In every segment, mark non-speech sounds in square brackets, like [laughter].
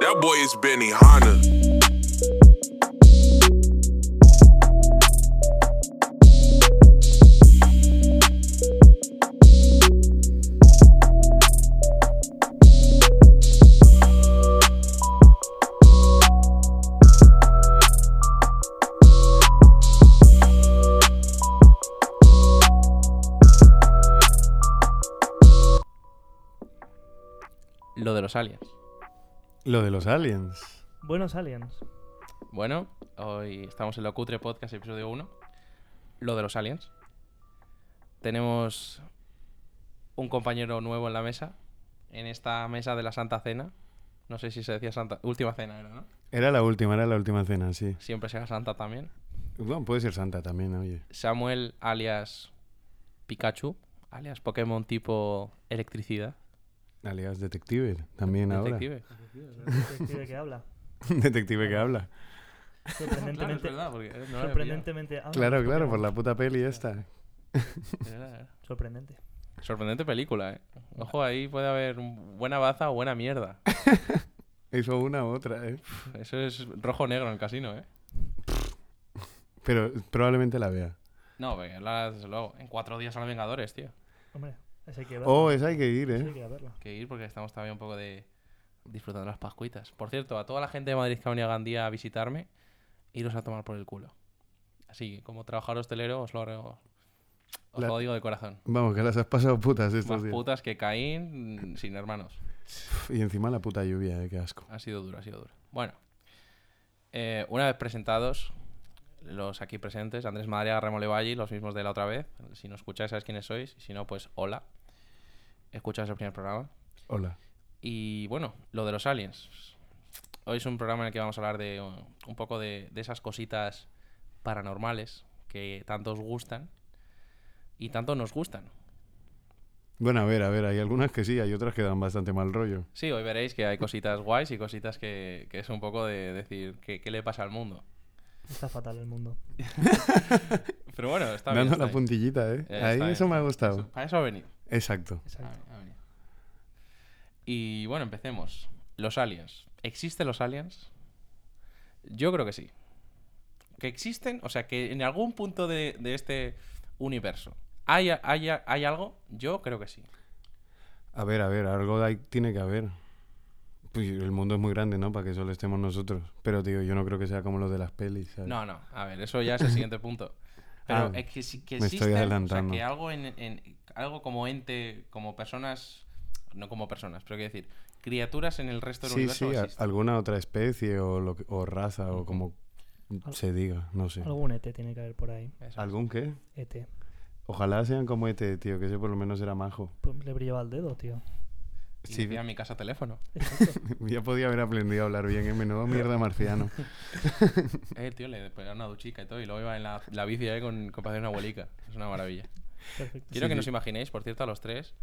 That boy is Benny Hanna. Lo de los aliens. Lo de los aliens. Buenos aliens. Bueno, hoy estamos en Locutre Podcast, episodio 1. Lo de los aliens. Tenemos un compañero nuevo en la mesa. En esta mesa de la Santa Cena. No sé si se decía Santa. Última cena era, ¿no? Era la última, era la última cena, sí. Siempre será Santa también. Bueno, puede ser Santa también, oye. Samuel, alias Pikachu. Alias Pokémon tipo electricidad. Alias detective también Detective. Detective [laughs] que habla. ahora. [laughs] detective que habla. Ah, Claro, es Sorprendentemente, verdad, porque no lo había pillado. sorprendentemente ah, habla. Claro, claro, por la puta peli esta. Es verdad. Sorprendente. Sorprendente película, ¿eh? Ojo, ahí puede haber un- buena baza o buena mierda. Hizo una u otra, ¿eh? Eso es rojo o negro en el casino, ¿eh? Pero probablemente la vea. No, venga, desde luego. En cuatro días son los Vengadores, tío. Hombre, ese hay que verlo. Oh, esa hay que ir, Ese hay ¿eh? que ir a verlo. Que ir porque estamos todavía un poco de disfrutando las pascuitas. Por cierto, a toda la gente de Madrid que ha venido a Gandía a visitarme, iros a tomar por el culo. Así que como trabajador hostelero, os lo, agrego- os La- lo digo de corazón. Vamos, que las has pasado putas Más estos días. putas que Caín mm, sin hermanos. Pf, Y encima la puta lluvia, ¿eh? Qué asco. Ha sido duro, ha sido duro. Bueno, eh, una vez presentados los aquí presentes, Andrés Madariaga, Remo Levalli, los mismos de la otra vez. Si no escucháis, sabéis quiénes sois. y Si no, pues hola. Escucháis el primer programa. Hola. Y bueno, lo de los aliens. Hoy es un programa en el que vamos a hablar de uh, un poco de, de esas cositas paranormales que tanto os gustan y tanto nos gustan. Bueno, a ver, a ver, hay algunas que sí, hay otras que dan bastante mal rollo. Sí, hoy veréis que hay cositas guays y cositas que, que es un poco de decir que- qué le pasa al mundo. Está fatal el mundo. Pero bueno, está bien. Dando está la bien. puntillita, ¿eh? Eh, Ahí está bien, eso me está ha bien. gustado. Eso- para eso ha venido. Exacto. Exacto. Ha venido. Y bueno, empecemos. Los aliens. ¿Existen los aliens? Yo creo que sí. Que existen, o sea, que en algún punto de, de este universo hay, hay, hay algo, yo creo que sí. A ver, a ver, algo de ahí tiene que haber. Pues el mundo es muy grande, ¿no? Para que solo estemos nosotros. Pero, tío, yo no creo que sea como los de las pelis, ¿sabes? No, no, a ver, eso ya es el siguiente punto. Pero Ah, es que, sí- que me estoy existen, adelantando. o sea, que algo, en, en- algo como ente, como personas, no como personas, pero quiero decir, criaturas en el resto del Sí, universo sí, a- existen. alguna otra especie o, lo que- o raza o como se diga, no sé. Algún ET tiene que haber por ahí. E Eso es. ¿Algún qué? ET. Ojalá sean como este, tío, que ese por lo menos era majo. Pues le brillaba el [laughs] dedo, tío. Y Sí. decía, en mi casa teléfono. Exacto. [laughs] ya podía haber aprendido a hablar bien, en [laughs] menudo mierda marciano. Eh, tío, le pegaba una duchica y todo, y luego iba en la, la bici ahí con, con parecía una abuelica. Es una maravilla. Perfecto. Quiero Sí, que sí. nos imaginéis, por cierto, a los tres,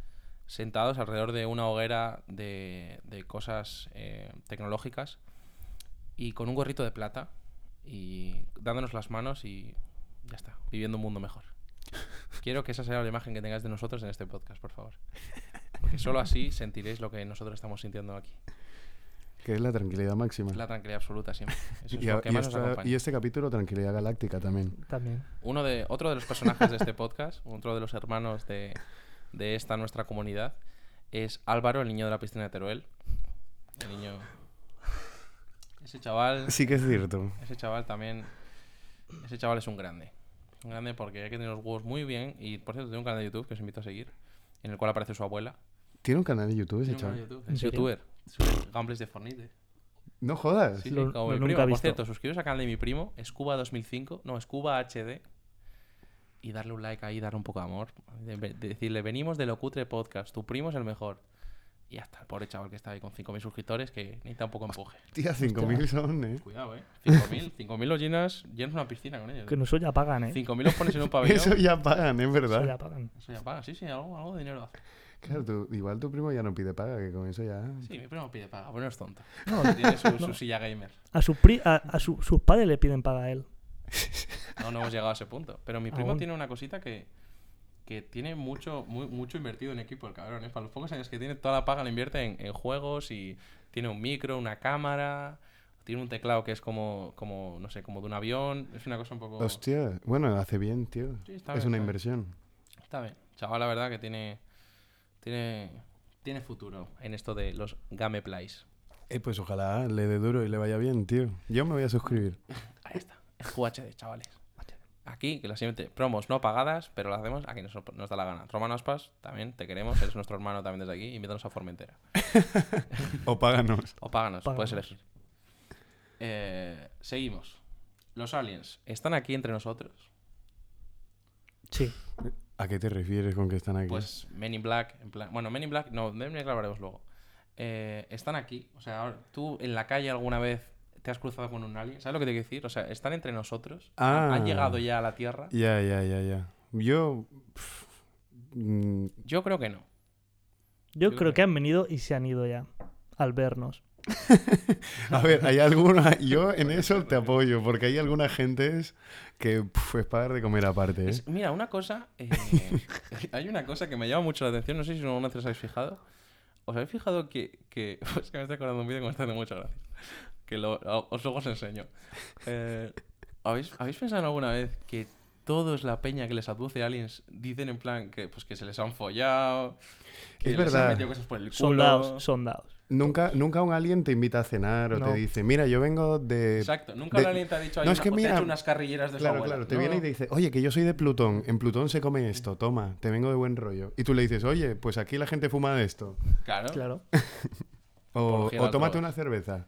sentados alrededor de una hoguera de, de cosas eh, tecnológicas y con un gorrito de plata y dándonos las manos y ya está, viviendo un mundo [laughs] mejor. Quiero que esa sea la imagen que tengáis de nosotros en este podcast, por favor. Porque solo así sentiréis lo que nosotros estamos sintiendo aquí. que es la tranquilidad máxima. Es la tranquilidad absoluta [laughs] siempre. Eso es y, a- lo que y más esta- nos acompaña. y este capítulo, tranquilidad galáctica también. También. Uno de, otro de los personajes de este podcast, [laughs] otro de los hermanos de, de esta nuestra comunidad, es Álvaro, el niño de la piscina de Teruel. El niño. Ese chaval. Sí que es cierto. Ese chaval también. Ese chaval es un grande. Un grande porque hay que tener los huevos muy bien. Y por cierto, tiene un canal de YouTube que os invito a seguir, en el cual aparece su abuela. Tiene un canal de YouTube ese Tiene un canal chaval. de YouTube, ¿En Es serio? youtuber. Sube Gameplays de Fortnite. No jodas. Sí, Lo- sí, como lo mi nunca primo. he Por visto. cierto, suscribiros al canal de mi primo, Escuba 2005, no, Escuba HD, y darle un like ahí, darle un poco de amor. De- de- decirle, venimos de Locutre Podcast, tu primo es el mejor. Y hasta el pobre chaval que está ahí con 5.000 suscriptores que ni tampoco empuje. Tía, 5.000 son, ¿eh? Cuidado, eh. 5.000, 5.000 los llenas, llenas una piscina con ellos. Que no, eso ya pagan, ¿eh? 5.000 los [laughs] pones en un pabellón. Eso ya pagan, es Eso verdad. ya pagan. Eso ya paga, sí, sí, algo, algo de dinero hace. Claro, tú- igual tu primo ya no pide paga, que con eso ya... Sí, mi primo pide paga, bueno, es [laughs] tonto. tiene su, su silla gamer. A, su pri- a, a su- sus padres le piden paga a él. No, no hemos llegado a ese punto. Pero mi primo Aún. tiene una cosita que, que que tiene mucho, mu- mucho invertido en equipo el cabrón. ¿eh? Para los pocos años que tiene, toda la paga la invierte en, en juegos y tiene un micro, una cámara, tiene un teclado que es como, como, no sé, como de un avión. Es una cosa un poco... Hostia, bueno, hace bien, tío. Sí, está bien, es una está bien. inversión. Está bien. Chaval, la verdad que tiene, tiene, tiene futuro en esto de los game plays. Eh, pues ojalá le dé duro y le vaya bien, tío. Yo me voy [laughs] a suscribir. Ahí está. Es QHD, chavales. Aquí, que la siguiente, promos no pagadas, pero las hacemos a quien nos, nos da la gana. Romano Aspas, también te queremos, eres nuestro hermano también desde aquí, invítanos a Formentera. O páganos. O páganos, Páganos. puedes elegir. Eh, seguimos. Los aliens, ¿están aquí entre nosotros? Sí. ¿A qué te refieres con que están aquí? Pues Men in Black, en plan- bueno, Men in Black, no, de Men in Black lo hablaremos luego. Eh, están aquí, o sea, ahora, tú en la calle alguna vez te has cruzado con un alien, ¿sabes lo que te quiero decir? O sea, están entre nosotros, han, han Ah. llegado ya a la Tierra. Ya, ya, ya, ya. Yo... pf, mm, Yo creo que no. Yo Yo creo- creo que han venido y se han ido ya al vernos. A ver, hay alguna... Yo en eso te apoyo, porque hay alguna gentes que pf, es para dar de comer aparte, ¿eh? Es- mira, una cosa. eh, [laughs] hay una cosa que me llama mucho la atención. No sé si alguna vez os habéis fijado. ¿Os habéis fijado que.? que [laughs] es que me estoy acordando de un vídeo que me está haciendo mucha gracia. Que lo- o- os luego os enseño. Eh, ¿habéis, habéis pensado alguna vez que todos la peña que les aduce aliens dicen en plan que, pues, que se les han follado? Que Es les verdad. han metido cosas por el culo. Soldados, soldados. Nunca, nunca un alien te invita a cenar o No. te dice, mira, yo vengo de... Exacto. Nunca Eh, de- un alien te ha dicho. "Hay No, es una- que o te ha mira- hecho unas carrilleras de su Claro, abuela". claro, te No, viene y no. te dice, oye, que yo soy de Plutón, en Plutón se come esto, toma, te vengo de buen rollo. Y tú le dices, oye, pues aquí la gente fuma de esto. Claro. Claro. O, Apología o a la tómate droga. una cerveza.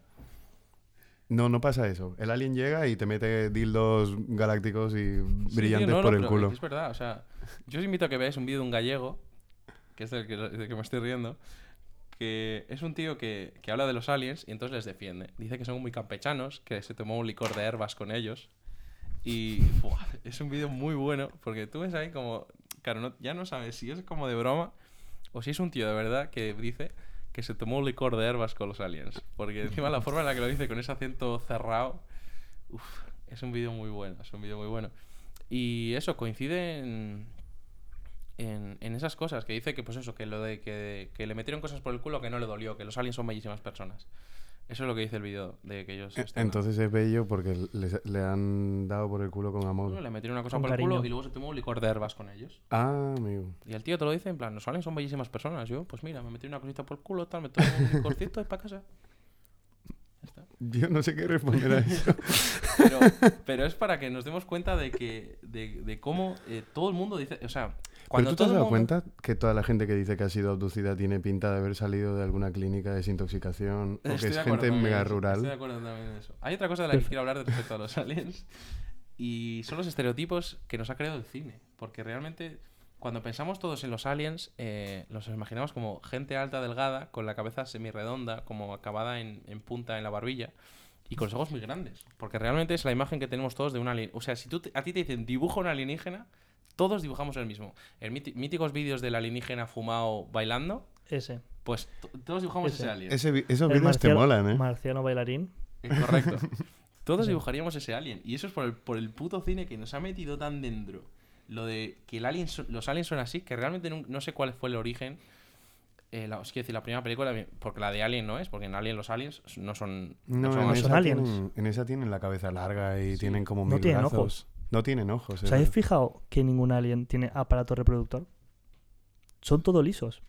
No, no pasa eso. El alien llega y te mete dildos galácticos y Sí, brillantes tío, no, no, por el pero culo. Es verdad, o sea, yo os invito a que veáis un vídeo de un gallego, que es del que, del que me estoy riendo, que es un tío que, que habla de los aliens y entonces les defiende. Dice que son muy campechanos, que se tomó un licor de herbas con ellos. Y buah, es un vídeo muy bueno, porque tú ves ahí como, claro, no- ya no sabes si es como de broma o si es un tío de verdad que dice que se tomó un licor de herbas con los aliens. Porque encima la forma en la que lo dice con ese acento cerrado, uf, es un vídeo muy bueno, es un vídeo muy bueno. Y eso coincide en, en, en esas cosas, que dice que pues eso, que lo de que, que le metieron cosas por el culo que no le dolió, que los aliens son bellísimas personas. Eso es lo que dice el vídeo de que ellos... E- están- Entonces es bello porque les- le han dado por el culo con Bueno, amor. le metieron una cosa Con por el culo cariño. y luego se tomó un licor de herbas con ellos. Ah, amigo. Y el tío te lo dice en plan, los aliens son bellísimas personas. Yo, pues mira, me metí una cosita por el culo, tal, me tomé un licorcito y para casa. Ya está. Yo no sé [laughs] qué responder a eso. Pero, pero es para que nos demos cuenta de que de, de cómo eh, todo el mundo dice, o sea, ¿Pero cuando tú te todo has el dado mundo- cuenta que toda la gente que dice que ha sido abducida tiene pinta de haber salido de alguna clínica de desintoxicación o que Estoy es de acuerdo gente también en mega eso, Estoy de rural? acuerdo también en eso. Hay otra cosa de la que quiero hablar respecto a los aliens y son los estereotipos que nos ha creado el cine. Porque realmente cuando pensamos todos en los aliens, eh, los imaginamos como gente alta, delgada, con la cabeza semirredonda, como acabada en, en punta en la barbilla y con los ojos muy grandes. Porque realmente es la imagen que tenemos todos de un alien. O sea, si tú te- a ti te dicen dibuja un alienígena, todos dibujamos el mismo. En miti- míticos vídeos del alienígena fumado bailando, [laughs] Ese. pues to- todos dibujamos Ese. ese alien. Ese vi- esos El vídeos te marciano- molan, ¿eh? Marciano bailarín. Eh, [laughs] Correcto. Todos Sí. dibujaríamos ese alien. Y eso es por el, por el puto cine que nos ha metido tan dentro. Lo de que el alien so- los aliens son así, que realmente nun- no, sé cuál fue el origen. Eh, la, os quiero decir, la primera película, porque la de Alien no es, porque en Alien los aliens no son. No, son en, así. son esa aliens. Tienen, en esa tienen la cabeza larga y tienen como No mil tienen brazos. ojos. No tienen ojos. eh. ¿Os es habéis verdad. fijado que ningún alien tiene aparato reproductor? Son todo lisos.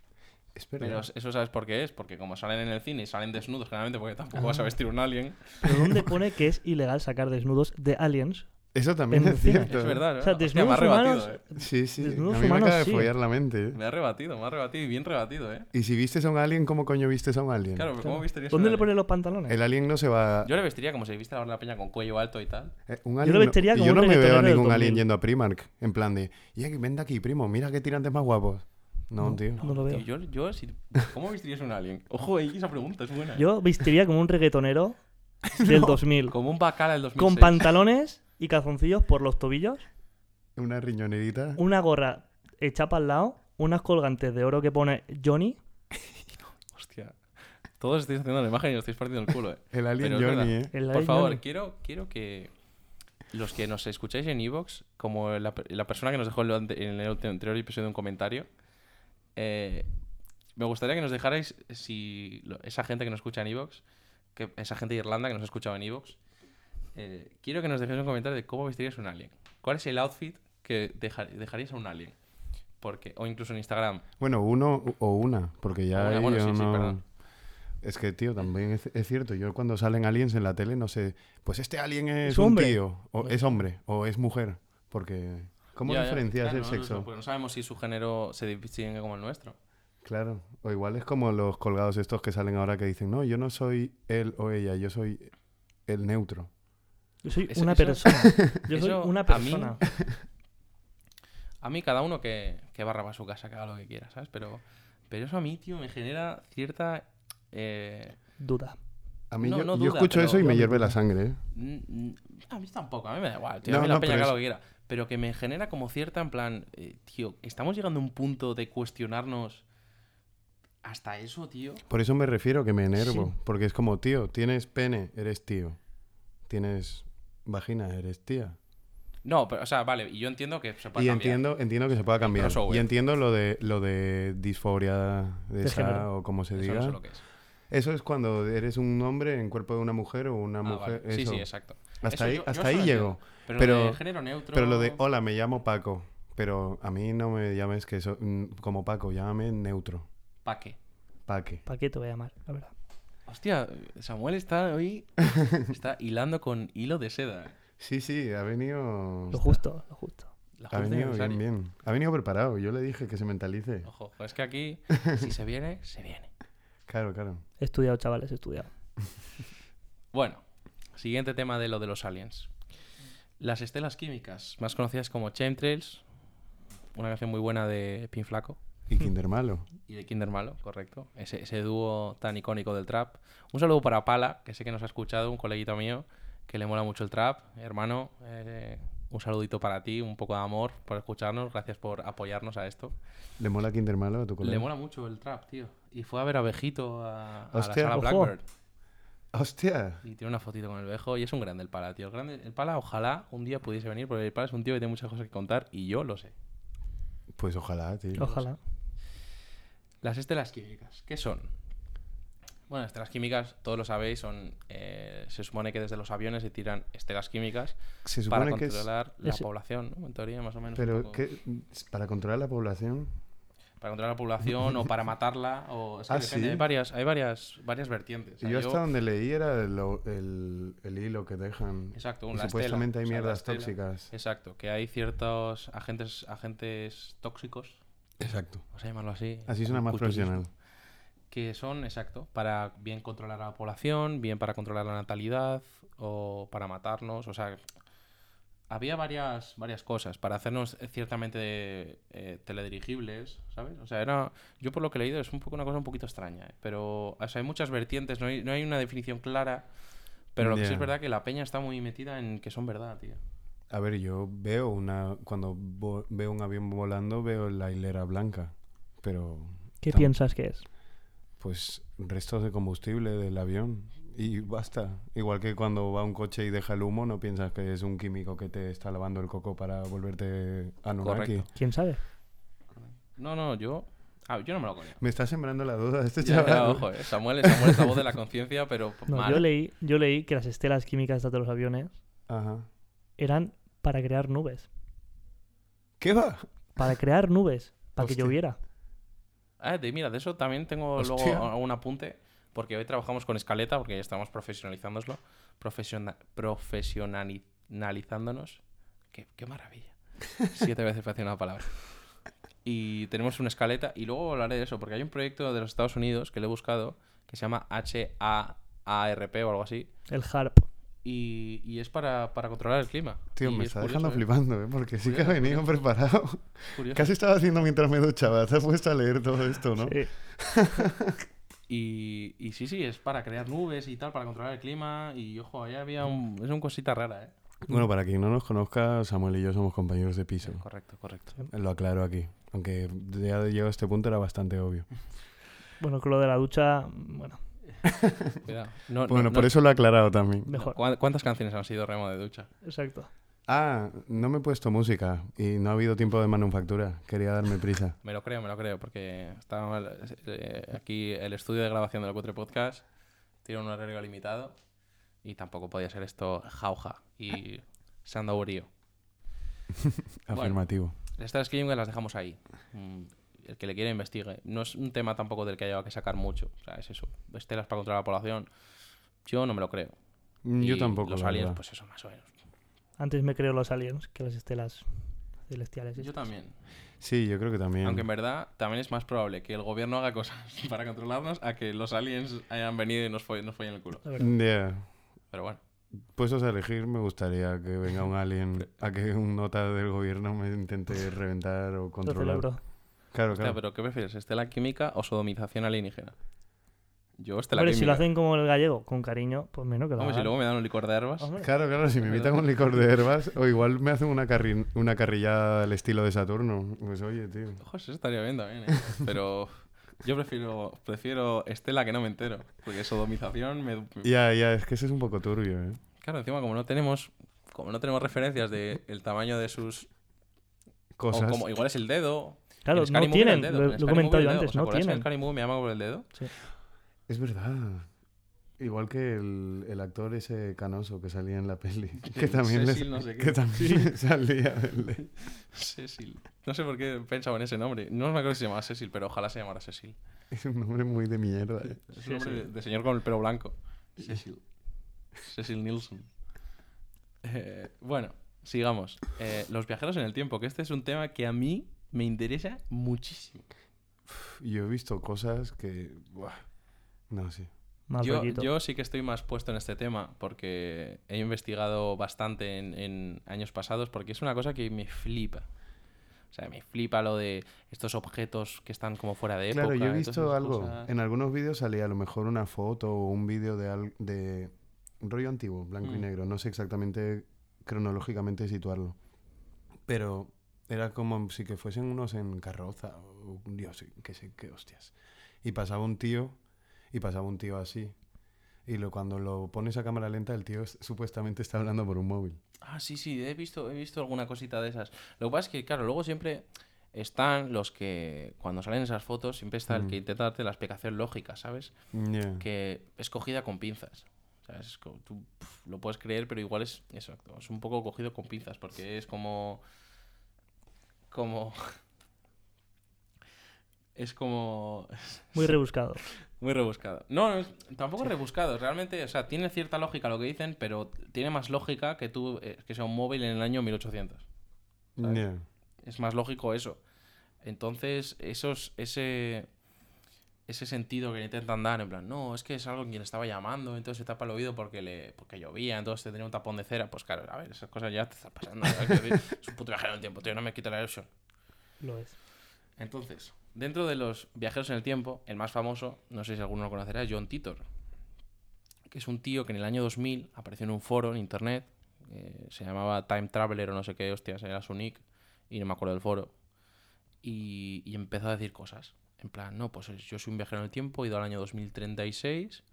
Es verdad. Pero eso sabes por qué es, porque como salen en el cine y salen desnudos, generalmente, porque tampoco vas a Ah. vestir un alien. [laughs] Pero ¿dónde pone que es ilegal sacar desnudos de aliens? Eso también en es el cine. cierto. Es verdad, ¿no? O sea, Hostia, desnudos me ha rebatido, humanos. eh. Sí, sí. Desnudos a mí me humanos, acaba de sí. follar la mente. eh. Me ha rebatido, me ha rebatido y bien rebatido, ¿eh? Y si vistes a un alien, ¿cómo coño vistes a un alien? Claro, pero ¿cómo Claro. vestirías un ¿Dónde le alien? ponen los pantalones? El alien no se va... Yo le vestiría como si viste a la peña con cuello alto y tal. eh, un lo alien no- vestiría como yo un no me veo a reggaetonero del ningún alien 2000. yendo a Primark. En plan de, "Ya, que ven de aquí, primo, mira qué tirantes más guapos. No, No, tío. no. lo Tío, veo. yo, yo si- ¿Cómo vestirías un alien? Ojo, ahí esa pregunta es buena. ¿eh? Yo vestiría como un [laughs] reggaetonero del 2000. Como un bacala del Con 2006. pantalones y calzoncillos por los tobillos, Una riñonerita. una gorra hecha para al lado, unas colgantes de oro que pone Johnny. Hostia. Todos estáis haciendo la imagen y os estáis partiendo el culo, eh. El alien Pero es Johnny, verdad. ¿eh? El Por alien favor, Johnny. quiero, quiero que, los que nos escucháis en Evox, como la, per- la persona que nos dejó el ante- en el ante- anterior episodio un comentario, eh, me gustaría que nos dejarais si lo- esa gente que nos escucha en Evox, que esa gente de Irlanda que nos ha escuchado en Evox, eh, quiero que nos dejéis un comentario de cómo vestiríais un alien. ¿Cuál es el outfit que deja- dejaríais a un alien? Porque, o incluso en Instagram. Bueno, uno u- o una, porque ya O una, ahí bueno, yo sí, sí, no- perdón. Es que, tío, también es, es cierto. Yo cuando salen aliens en la tele no sé, pues este alien es, ¿Es un hombre? Pues tío, o es hombre, o es mujer, porque... ¿Cómo Ya, ya, diferencias claro, el no, no, sexo? porque no sabemos si su género se distingue como el nuestro. Claro, o igual es como los colgados estos que salen ahora que dicen, no, yo no soy él o ella, yo soy el neutro. Yo soy Eso- una eso- persona. Yo soy eso una a mí- persona. A mí cada uno que, que barra para su casa, que haga lo que quiera, ¿sabes? Pero, pero eso a mí, tío, me genera cierta... eh, Duda. A mí No, yo, no yo duda, escucho pero- eso y me hierve la sangre, ¿eh? n- n- a mí tampoco, a mí me da igual, tío. No, a mí la no, peña pero que haga es- lo que quiera. Pero que me genera como cierta, en plan... eh, tío, estamos llegando a un punto de cuestionarnos hasta eso, tío. Por eso me refiero que me enervo, Sí. porque es como, tío, tienes pene, eres tío. Tienes vagina, eres tía. No, pero, o sea, vale, y yo entiendo que se puede Y cambiar. entiendo, entiendo que se pueda cambiar. crossover. Y entiendo lo de lo de disforia de De esa, género. o como se Eso diga. no Eso, sé lo que es. es cuando eres un hombre en cuerpo de una mujer o una Ah, mujer. vale. Sí, eso. sí, exacto. Eso Hasta ahí, yo- yo hasta eso ahí lo llego. entiendo. Pero, Pero- lo de género neutro... Pero lo de hola, me llamo Paco. Pero a mí no me llames que eso, mm, como Paco, llámame neutro. ¿Pa' qué? Paque. ¿Para qué te voy a llamar? La verdad. Hostia, Samuel está hoy. [laughs] Está hilando con hilo de seda. Sí, sí, ha venido. Lo justo, lo justo. La Ha justa y venido bien, necesaria. Oh. bien. Ha venido preparado. Yo le dije que se mentalice. Ojo, ojo, es que [laughs] aquí, si se viene, se viene. Claro, [laughs] claro. He estudiado, chavales, he estudiado. Bueno, siguiente tema de lo de los aliens. Las estelas químicas, más conocidas como Chemtrails, una canción muy buena de Pin Flaco Y Kinder Malo. y de Kinder Malo, correcto. Ese, ese dúo tan icónico del trap. Un saludo para Pala, que sé que nos ha escuchado, un coleguito mío, que le mola mucho el trap. Hermano, eh, un saludito para ti, un poco de amor por escucharnos, gracias por apoyarnos a esto. ¿Le mola Kinder Malo a tu colega? Le mola mucho el trap, tío. Y fue a ver a Vejito a, a la Hostia. sala Ojo. Blackbird. ¡Hostia! Y tiene una fotito con el Vejo. Y es un grande el pala, tío. El, grande, el pala, ojalá un día pudiese venir, porque el pala es un tío que tiene muchas cosas que contar y yo lo sé. Pues ojalá, tío. Ojalá. Las estelas químicas, ¿qué son? Bueno, las estelas químicas, todos lo sabéis, son. eh, se supone que desde los aviones se tiran estelas químicas Se para supone que es... controlar la es- población, ¿no? En teoría, más o menos. un Pero poco. que para controlar la población, Para controlar la población o para matarla. O... Es que Ah, depende, ¿sí? hay varias, hay varias, varias vertientes. O sea, yo yo- hasta donde leí era el, el- el hilo que dejan. Exacto, Y una estela, supuestamente o hay sea, la mierdas estela. tóxicas. Exacto, que hay ciertos agentes, agentes tóxicos, Exacto. vamos a llamarlo así. Así suena más culturismo, profesional. Que son, exacto, para bien controlar a la población, bien para controlar la natalidad o para matarnos. O sea, había varias, varias cosas para hacernos eh, ciertamente eh, teledirigibles, ¿sabes? O sea, era, yo por lo que he leído es un poco una cosa un poquito extraña, ¿eh? pero o sea, hay muchas vertientes, no hay, no hay una definición clara. Pero lo que sí Ya. es verdad que la peña está muy metida en que son verdad, tío. A ver, yo veo una. Cuando vo- veo un avión volando, veo la hilera blanca. Pero. ¿Qué tam- piensas que es? Pues restos de combustible del avión. Y basta. Igual que cuando va un coche y deja el humo, no piensas que es un químico que te está lavando el coco para volverte Anunnaki. Correcto. ¿Quién sabe? No, no, yo. Ah, yo no me lo conozco. Me está sembrando la duda de este Ya, chaval. ya, ojo, eh. Samuel, Samuel es la voz de la conciencia, pero p- No, mal. yo leí, yo leí que las estelas químicas estas de los aviones Ajá. eran para crear nubes. ¿Qué va? Para crear nubes. Para que Hostia. lloviera. Ah, de- mira, de eso también tengo Hostia. luego algún apunte, porque hoy trabajamos con escaleta, porque ya estamos profesionalizándoslo, profesiona- profesionalizándonos. Qué, qué maravilla. [laughs] Siete veces fácil una palabra. Y tenemos una escaleta, y luego hablaré de eso, porque hay un proyecto de los Estados Unidos que le he buscado, que se llama HAARP o algo así, El harp. y, y es para, para controlar el clima. Tío, Y me es está curioso, ¿eh? dejando flipando, ¿eh? Porque sí que ha Curioso, venido preparado. Curioso. Casi estaba haciendo mientras me duchaba. Te has puesto a leer todo Ah. esto, ¿no? Sí. Y, y sí, sí, es para crear nubes y tal, para controlar el clima. Y ojo, ahí había un. Es una cosita rara, ¿eh? Bueno, para quien no nos conozca, Samuel y yo somos compañeros de piso. Correcto, correcto. Lo aclaro aquí. Aunque ya llegado a este punto era bastante obvio. Bueno, con lo de la ducha, mm, bueno, Cuidado. No, no, Bueno, no- [laughs] por eso lo he aclarado también. no, mejor. ¿cuán- ¿Cuántas canciones han sido remo de ducha? Exacto. Ah, no me he puesto música y no ha habido tiempo de manufactura. Quería darme prisa. Me lo creo, me lo creo, porque está mal- eh, aquí el estudio de grabación del Cutre Podcast tiene un horario limitado y tampoco podía ser esto jauja y se han dado brío. [laughs] Bueno. Afirmativo. Estas que las dejamos ahí. Mm, El que le quiera investigue. No es un tema tampoco del que haya que sacar mucho. O sea, es eso. Estelas para controlar la población. Yo no me lo creo. Mm, Yo Y tampoco. Los la aliens, verdad. pues eso, más o menos. Antes me creo los aliens que las estelas celestiales. Yo también. Sí, yo creo que también. Aunque en verdad también es más probable que el gobierno haga cosas [laughs] para controlarnos a que los aliens hayan venido y nos, fo- nos follen el culo. La verdad. Yeah. Pero bueno. Puestos a elegir, me gustaría que venga un alien a que un nota del gobierno me intente reventar o Lo controlar. celebro. Claro, Hostia, claro. pero ¿qué prefieres? ¿Estela química o sodomización alienígena? Yo, estela Hombre, química. si lo hacen como el gallego, con cariño, pues menos que lo Hombre, si hagan. luego me dan un licor de herbas. Hombre, Claro, claro, si me Pero- invitan un licor de herbas, o igual me hacen una, carri- una carrillada al estilo de Saturno. Pues oye, tío. Ojo, eso estaría bien también, ¿eh? Pero yo prefiero, prefiero Estela que no me entero. Porque sodomización me... me- Ya, ya, es que ese es un poco turbio, ¿eh? Claro, encima como no tenemos... Como no tenemos referencias del tamaño de sus... o Cosas. como, igual es el dedo. claro, En Scary no Movie era el tienen. dedo, Lo, en lo he Scary Movie comentado era yo el dedo. antes, ¿Os no acordáis que en tienen. Scary Movie me llama por el dedo? [laughs] Es verdad. Igual que el, el actor ese canoso que salía en [laughs] la peli. Que también, les- Cecil no sé qué. que también [laughs] salía del- Cecil. No sé por qué pensaba en ese nombre. No me acuerdo si se llamaba Cecil, pero ojalá se llamara Cecil. Es un nombre muy de mierda. ¿eh? Es un hombre de, de señor con el pelo blanco. Cecil. Cecil Nielsen. Eh, bueno, sigamos. Eh, los viajeros en el tiempo, que este es un tema que a mí me interesa muchísimo. Yo he visto cosas que. buah, No sé. Mal Yo, rollito. yo sí que estoy más puesto en este tema porque he investigado bastante en, en años pasados porque es una cosa que me flipa. O sea, me flipa lo de estos objetos que están como fuera de época. Claro, yo he y todas visto esas algo. cosas. En algunos vídeos salía a lo mejor una foto o un vídeo de, al- de un rollo antiguo, blanco y Mm. negro. No sé exactamente cronológicamente situarlo. Pero era como si que fuesen unos en carroza o un dios, qué sé, qué hostias. Y pasaba un tío y pasaba un tío así. Y lo, cuando lo pones a cámara lenta, el tío es- supuestamente está hablando por un móvil. Ah, sí, sí, he visto, he visto alguna cosita de esas. Lo que pasa es que, claro, luego siempre están los que, cuando salen esas fotos, siempre está el Mm. que intenta darte la explicación lógica, ¿sabes? Yeah. Que es cogida con pinzas. ¿Sabes? Es como- tú pf, lo puedes creer, pero igual es, exacto, es un poco cogido con pinzas, porque es como... Como... [laughs] Es como... Muy rebuscado. Muy rebuscado. No, no, es- tampoco rebuscado. Realmente, o sea, tiene cierta lógica lo que dicen, pero tiene más lógica que tú eh, que sea un móvil en el año 1800. ¿sabes? Yeah. Es más lógico eso. Entonces, esos, ese, ese sentido que le intentan dar, en plan, no, es que es algo en quien estaba llamando, entonces se tapa el oído porque le porque llovía, entonces te tenía un tapón de cera. Pues claro, a ver, esas cosas ya te están pasando. ¿sabes? Quiero decir, es un puto viajero del tiempo, tío, no me quita la ilusión. Lo es. Entonces, dentro de los viajeros en el tiempo, el más famoso, no sé si alguno lo conocerá, es John Titor, que es un tío que en el año 2000 apareció en un foro en internet, eh, se llamaba Time Traveler o no sé qué, hostias, era su nick, y no me acuerdo del foro, y, y empezó a decir cosas. En plan, no, pues yo soy un viajero en el tiempo, he ido al año 2036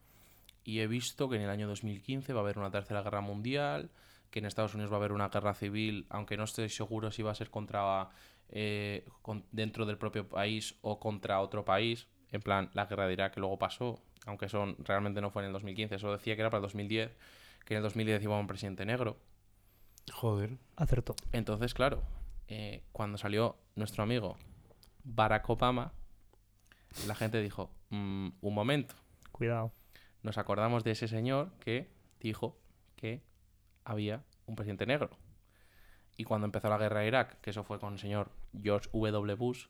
y he visto que en el año 2015 va a haber una tercera guerra mundial, que en Estados Unidos va a haber una guerra civil, aunque no estoy seguro si va a ser contra eh, con- dentro del propio país o contra otro país. En plan, la guerra de Irak que luego pasó, aunque son realmente no fue en el 2015, eso decía que era para el 2010, que en el 2010 iba un presidente negro. Joder. Acertó. Entonces, claro, eh, cuando salió nuestro amigo Barack Obama, la gente dijo, "Mm, un momento, Cuidado. nos acordamos de ese señor que dijo que había un presidente negro. Y cuando empezó la guerra de Irak, que eso fue con el señor George W. Bush,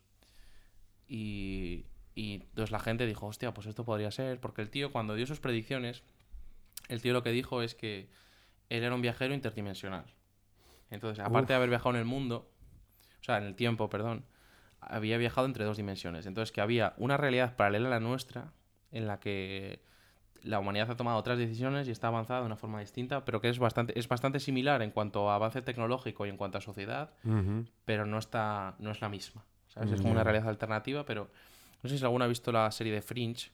y, y entonces la gente dijo, hostia, pues esto podría ser, porque el tío cuando dio sus predicciones, el tío lo que dijo es que él era un viajero interdimensional. Entonces, aparte de haber viajado en el mundo, o sea, en el tiempo, perdón, había viajado entre dos dimensiones. Entonces, que había una realidad paralela a la nuestra en la que la humanidad ha tomado otras decisiones y está avanzada de una forma distinta, pero que es bastante, es bastante similar en cuanto a avance tecnológico y en cuanto a sociedad, Ujú. pero no está no es la misma. ¿sabes? Es como Ya. una realidad alternativa, pero no sé si alguno ha visto la serie de Fringe,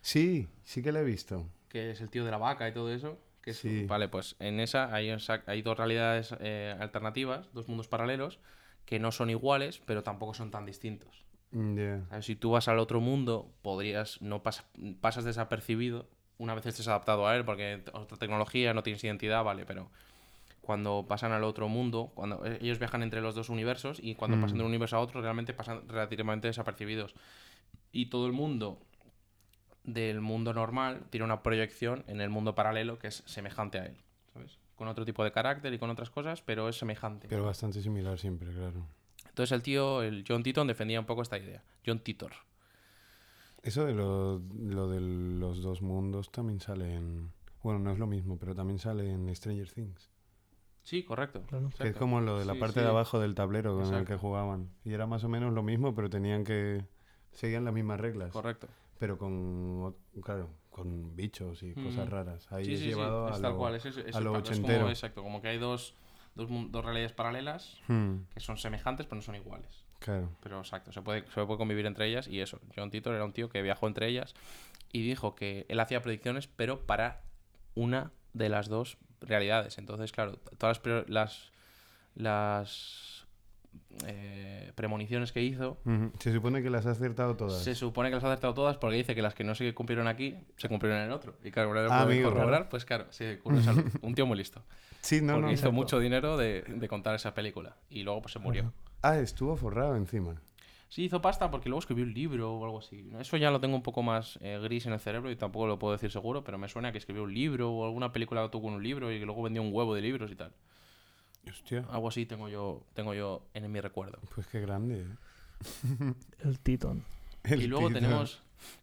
Sí, sí que la he visto. que es el tío de la vaca y todo eso, que es- Sí. Vale, pues en esa hay, esa- hay dos realidades eh, alternativas, dos mundos paralelos, que no son iguales, pero tampoco son tan distintos. Mm, ya. A ver, Si tú vas al otro mundo, podrías, no pas- pasas desapercibido una vez estés adaptado a él, porque t- otra tecnología, no tienes identidad, vale, pero cuando pasan al otro mundo, cuando eh, ellos viajan entre los dos universos y cuando Mm. pasan de un universo a otro, realmente pasan relativamente desapercibidos. Y todo el mundo del mundo normal tiene una proyección en el mundo paralelo que es semejante a él, ¿sabes? Con otro tipo de carácter y con otras cosas, pero es semejante. Pero bastante similar siempre, claro. Entonces el tío, el John Titor, defendía un poco esta idea. John Titor. Eso de lo, lo de los dos mundos también sale en... Bueno, no es lo mismo, pero también sale en Stranger Things. Sí, correcto. Claro. Que es Exacto. como lo de la Sí, parte sí. de abajo del tablero con el Exacto. que jugaban. Y era más o menos lo mismo, pero tenían que... Seguían las mismas reglas. Correcto. Pero con... ot- Claro, con bichos y cosas Mm. raras. Ahí sí, es sí, sí, llevado es a tal lo- cual. Es, es- es a lo tal- es ochentero. como, exacto, como que hay dos, dos, mun- dos realidades paralelas Hmm, que son semejantes pero no son iguales. claro. Pero exacto, se puede, se puede convivir entre ellas y eso. John Titor era un tío que viajó entre ellas y dijo que él hacía predicciones pero para una de las dos realidades. Entonces, claro, t- todas las, pre- las, las, eh, premoniciones que hizo... Ujú. Se supone que las has acertado todas. Se supone que las ha acertado todas porque dice que las que no se cumplieron aquí se cumplieron en el otro. Y claro, Ah, para poder amigo. corroborar, pues claro, se curó esa [laughs] luz. Un tío muy listo. Sí, no, porque no. hizo exacto. mucho dinero de, de contar esa película. Y luego pues se murió. Ah, estuvo forrado encima. Sí, hizo pasta porque luego escribió un libro o algo así. Eso ya lo tengo un poco más eh, gris en el cerebro y tampoco lo puedo decir seguro, pero me suena que escribió un libro o alguna película que tuvo en un libro y que luego vendió un huevo de libros y tal. Hostia. Algo así tengo yo, tengo yo en mi recuerdo. Pues qué grande. ¿eh? El Titón. El y luego tío. tenemos,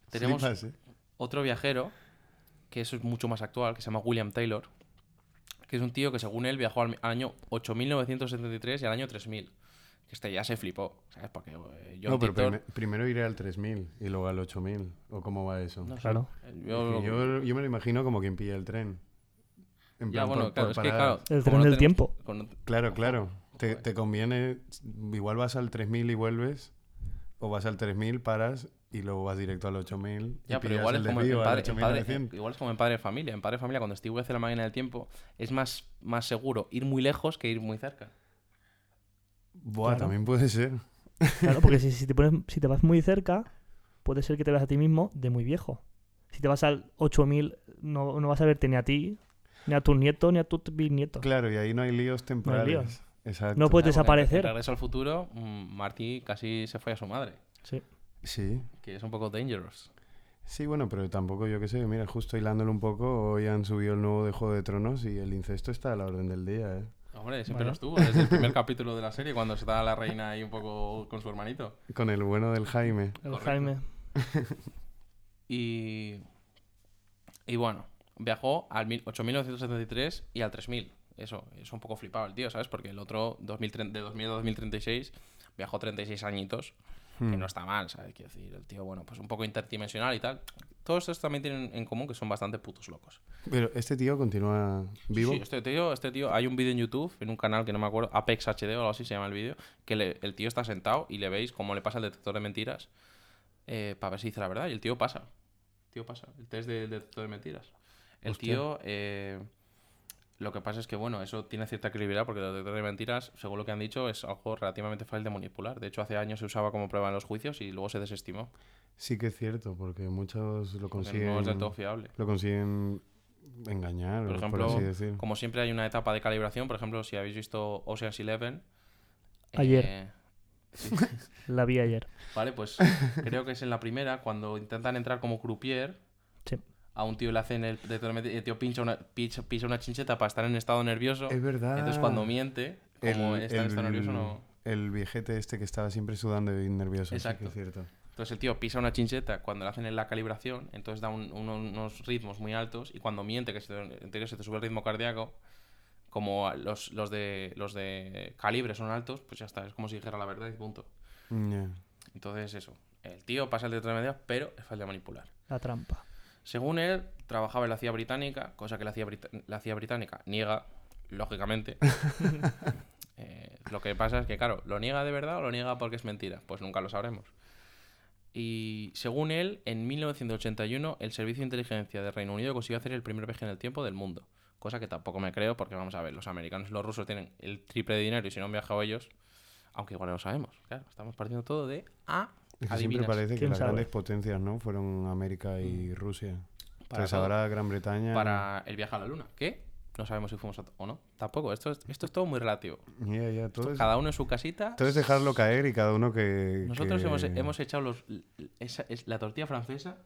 tenemos Flipas, ¿eh? otro viajero, que eso es mucho más actual, que se llama William Taylor, que es un tío que según él viajó al, mi- al año 8973 y al año 3000. Que este ya se flipó, ¿sabes? Porque eh, John No, pero Titor- prime- primero iré al 3000 y luego al 8000. ¿O cómo va eso? no sé, Claro. eh, Es yo- que yo, yo me lo imagino como quien pilla el tren. En ya, plan, bueno, por- claro, por es que claro... paradas. El como tren del tiempo. con- Claro, claro. Te, te conviene, igual vas al 3000 y vuelves, o vas al 3000, paras y luego vas directo al 8000. y ya, pero pillas igual es, el como en desvío al padre, en padre- eh, 8900. igual es como en Padre de Familia. En Padre de Familia, cuando Steve hace la máquina del tiempo, es más, más seguro ir muy lejos que ir muy cerca. Buah, Claro. también puede ser. Claro, porque si, si te pones, si te vas muy cerca, puede ser que te veas a ti mismo de muy viejo. Si te vas al 8000, no, no vas a verte ni a ti, ni a tus nietos, ni a tus bisnietos. Claro, y ahí no hay líos temporales. líos. Exacto. Claro, No puedes porque en- en desaparecer. Regreso al futuro, mm, Marty casi se fue a su madre, Sí. Sí. que es un poco dangerous. Sí, bueno, pero tampoco yo qué sé. Mira, justo hilándolo un poco, hoy han subido el nuevo de Juego de Tronos y el incesto está a la orden del día, ¿eh? Hombre, siempre Bueno. lo estuvo, desde el primer capítulo de la serie, cuando está la reina ahí un poco con su hermanito. Con el bueno del Jaime. El Correcto. Jaime. Y. Y bueno, viajó al mil- 8973 y al 3000. Eso, es un poco flipado el tío, ¿sabes? Porque el otro, 2030 de 2000 a 2036, viajó 36 añitos, que Hmm. no está mal, ¿sabes? Quiero decir, el tío, bueno, pues un poco interdimensional y tal. Todos estos también tienen en común que son bastante putos locos. Pero este tío continúa vivo. Sí, este tío, este tío, hay un vídeo en YouTube, en un canal que no me acuerdo, Apex HD o algo así se llama el vídeo, que le- el tío está sentado y le veis cómo le pasa el detector de mentiras eh, para ver si dice la verdad. Y el tío pasa. El tío pasa. El test del detector de mentiras. El Hostia. tío. eh, lo que pasa es que, bueno, eso tiene cierta credibilidad porque el detector de mentiras, según lo que han dicho, es algo relativamente fácil de manipular. De hecho, hace años se usaba como prueba en los juicios y luego se desestimó. Sí que es cierto, porque muchos lo porque consiguen, No es del todo fiable. lo consiguen engañar, Por o ejemplo, así decir. Como siempre hay una etapa de calibración, por ejemplo, si habéis visto Ocean's Eleven... Ayer. eh, La vi ayer. vale, pues creo que es en la primera, cuando intentan entrar como croupier, Sí. a un tío le hacen el... de- de- El tío pincha una, pincha, pincha una chincheta para estar en estado nervioso. Es verdad. Entonces cuando miente, como está en estado nervioso, no... el viejete este que estaba siempre sudando y nervioso, Exacto. sí que es cierto. Entonces el tío pisa una chincheta cuando le hacen en la calibración, entonces da un- uno- unos ritmos muy altos y cuando miente, que se te, en teoría se te sube el ritmo cardíaco, como a- los, los, de, los de calibre son altos, pues ya está, es como si dijera la verdad y punto. Ya. Entonces eso, el tío pasa el de tres medidas, pero es fácil de manipular. La trampa. Según él, trabajaba en la CIA británica, cosa que la CIA, brita- la CIA británica niega, [laughs] lógicamente. Eh, lo que pasa es que, claro, ¿lo niega de verdad o lo niega porque es mentira? Pues nunca lo sabremos. Y según él, en 1981, el Servicio de Inteligencia de Reino Unido consiguió hacer el primer viaje en el tiempo del mundo, Cosa que tampoco me creo porque, vamos a ver, los americanos y los rusos tienen el triple de dinero y si no han viajado ellos, aunque igual no lo sabemos. Claro, estamos partiendo todo de a Es que siempre adivinas. parece que ¿Quién las sabe? grandes potencias, ¿no? Fueron América y Rusia. Mm. Para Entonces todo. ahora Gran Bretaña... para el viaje a la luna. ¿Qué? No sabemos si fuimos a- o no. Tampoco, esto es, esto es todo muy relativo. Ya, ya, todo es- Cada uno en su casita. Entonces dejarlo caer y cada uno que... Nosotros que- hemos, hemos echado los, esa- es la tortilla francesa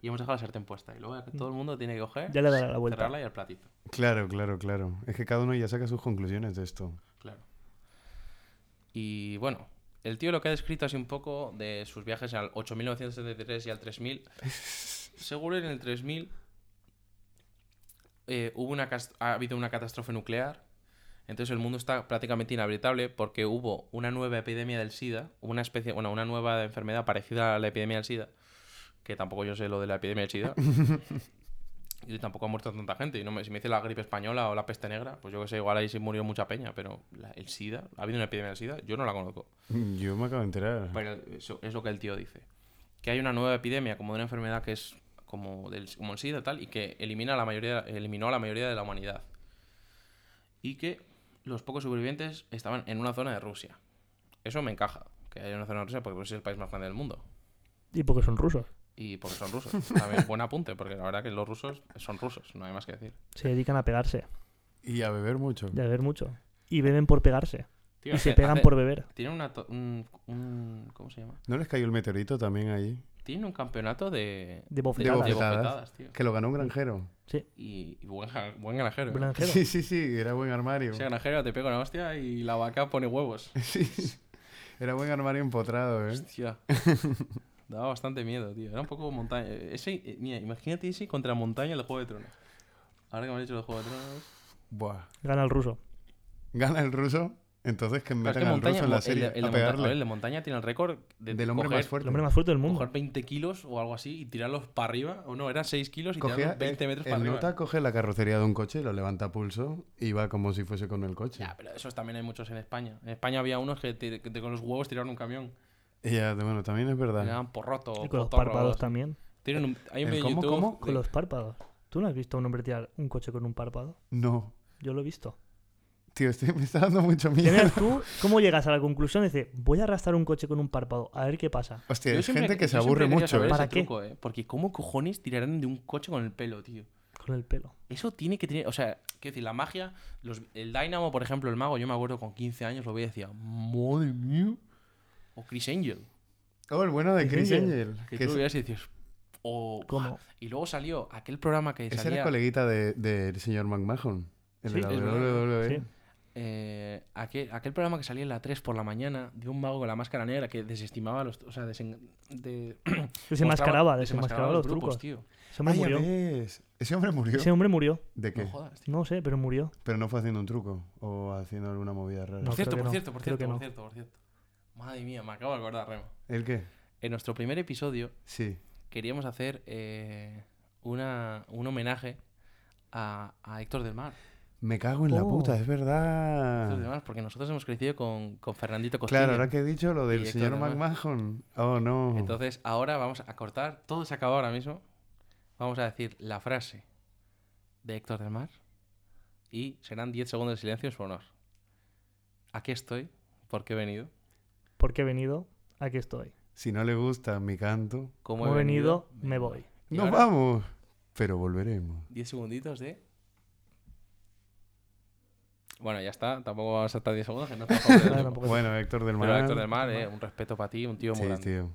y hemos dejado la sartén puesta. Y luego ya que Mm. todo el mundo tiene que coger, Ya le dará la vuelta. cerrarla y al platito. Claro, claro, claro. Es que cada uno ya saca sus conclusiones de esto. Claro. Y bueno, el tío lo que ha descrito así un poco de sus viajes al 8973 y al 3000. Seguro en el 3000 eh, hubo una cas- ha habido una catástrofe nuclear. Entonces el mundo está prácticamente inhabitable porque hubo una nueva epidemia del SIDA, una especie, bueno, una nueva enfermedad parecida a la epidemia del SIDA, que tampoco yo sé lo de la epidemia del SIDA. y tampoco ha muerto tanta gente. Y no me- si me dice la gripe española o la peste negra, pues yo que sé, igual ahí sí murió mucha peña, pero la- el SIDA, ha habido una epidemia del SIDA, yo no la conozco. Yo me acabo de enterar. Pero eso es lo que el tío dice. Que hay una nueva epidemia, como de una enfermedad que es como, del, como el SIDA tal, y que elimina a la mayoría, eliminó a la mayoría de la humanidad. Y que los pocos sobrevivientes estaban en una zona de Rusia. Eso me encaja, que haya una zona de Rusia, porque Rusia es el país más grande del mundo. Y porque son rusos. Y porque son rusos. También buen apunte, porque la verdad que los rusos son rusos, no hay más que decir. Se dedican a pegarse, Y a beber mucho. y a beber mucho. Y beben por pegarse. Tío, y se hace- pegan hace- por beber. Tienen una to- un, un- ¿Cómo se llama? ¿No les cayó el meteorito también allí? Tienen un campeonato de... De de bofetadas. bofetadas. bofetadas, tío. Que lo ganó un granjero. Y, y buen, ja- buen granjero. ¿eh? [laughs] Berenjero. Sí, sí, sí, era buen armario. Si granjero te pega una hostia y la vaca pone huevos. [laughs] Sí. Era buen armario empotrado, ¿eh? [laughs] Hostia. Daba bastante miedo, tío. Era un poco montaña. Ese, eh, mira, imagínate ese contra montaña del Juego de Tronos. Ahora que me han dicho el Juego de Tronos. Buah. Gana el ruso. Gana el ruso, entonces que Claro, es metan que al ruso en la el de- serie el, de, a monta- a ver, pegarle. el de montaña tiene el récord de Del hombre coger, más fuerte. El hombre más fuerte del mundo. coger 20 kilos o algo así y tirarlos para arriba. O no, eran 6 kilos y Cogía- tirarlos 20 metros el para arriba. nota coge la carrocería de un coche, lo levanta a pulso y va como si fuese con el coche. Ya, pero esos también hay muchos en España. En España había unos que, te- que te- con los huevos tiraron un camión. Y ya, bueno, también es Le verdad. daban porroto. Y con los cotorro, algo párpados así. también. Tienen un, hay un ¿El vídeo de cómo, YouTube cómo? de- Con los párpados. ¿Tú no has visto a un hombre tirar un coche con un párpado? No. Yo lo he visto. Tío, este me está dando mucho [laughs] miedo. [laughs] Tener tú, ¿cómo llegas a la conclusión? Dice, voy a arrastrar un coche con un párpado, a ver qué pasa. Hostia, Yo es siempre- gente que yo se siempre aburre quería mucho, saber ¿eh? ese ¿Para qué? truco, eh, Porque cómo cojones tirarán de un coche con el pelo, tío. Con el pelo. Eso tiene que tener... O sea, quiero decir, la magia... los- el Dynamo, por ejemplo, el mago, yo me acuerdo con 15 años lo veía y decía, madre mía. O Chris Angel. Oh, el bueno de Sí, Chris sí, Angel. Que que tú es- veías y decías... "Oh, ¿Cómo? guau". Y luego salió aquel programa que ese salía... era coleguita de- del señor McMahon. El de Sí, la E. es verdad. WWE. Sí. eh, aquel, aquel programa que salía en la 3 por la mañana de un mago con la máscara negra que desestimaba los... O sea, desen- de- Desenmascaraba, mostraba- desenmascaraba los trucos. tío. Ese hombre Ah, ya murió. ves. Ese hombre murió. Ese hombre murió. ¿De qué? No jodas, tío. No sé, pero murió. Pero no fue haciendo un truco o haciendo alguna movida rara. No, Por cierto, creo que por no, cierto, por creo cierto, que por no. cierto, por cierto. Madre mía, me acabo de acordar, Remo. ¿El qué? En nuestro primer episodio Sí. queríamos hacer eh, una, un homenaje a, a Héctor del Mar. Me cago en la Oh. puta, es Héctor del verdad. Mar, porque nosotros hemos crecido con, con Fernandito Costilla. Ah. Claro, ahora que he dicho lo del Héctor señor del Mar. McMahon. Oh, no. Mm. Entonces, ahora vamos a cortar, todo se acaba ahora mismo. Vamos a decir la frase de Héctor del Mar y serán 10 segundos de silencio en su honor. Aquí estoy, porque he venido. Porque he venido, aquí estoy. Si no le gusta mi canto, Como Como he venido, me voy. Y nos ahora- vamos. Pero volveremos. 10 segunditos de. Bueno, ya está. Tampoco vamos a estar 10 segundos. que no estamos [laughs] hablando de Claro, tiempo. tampoco- Pues- bueno, Héctor del Mar. Pero Héctor del Mar, eh, un respeto para ti, un tío muy Sí, grande. tío.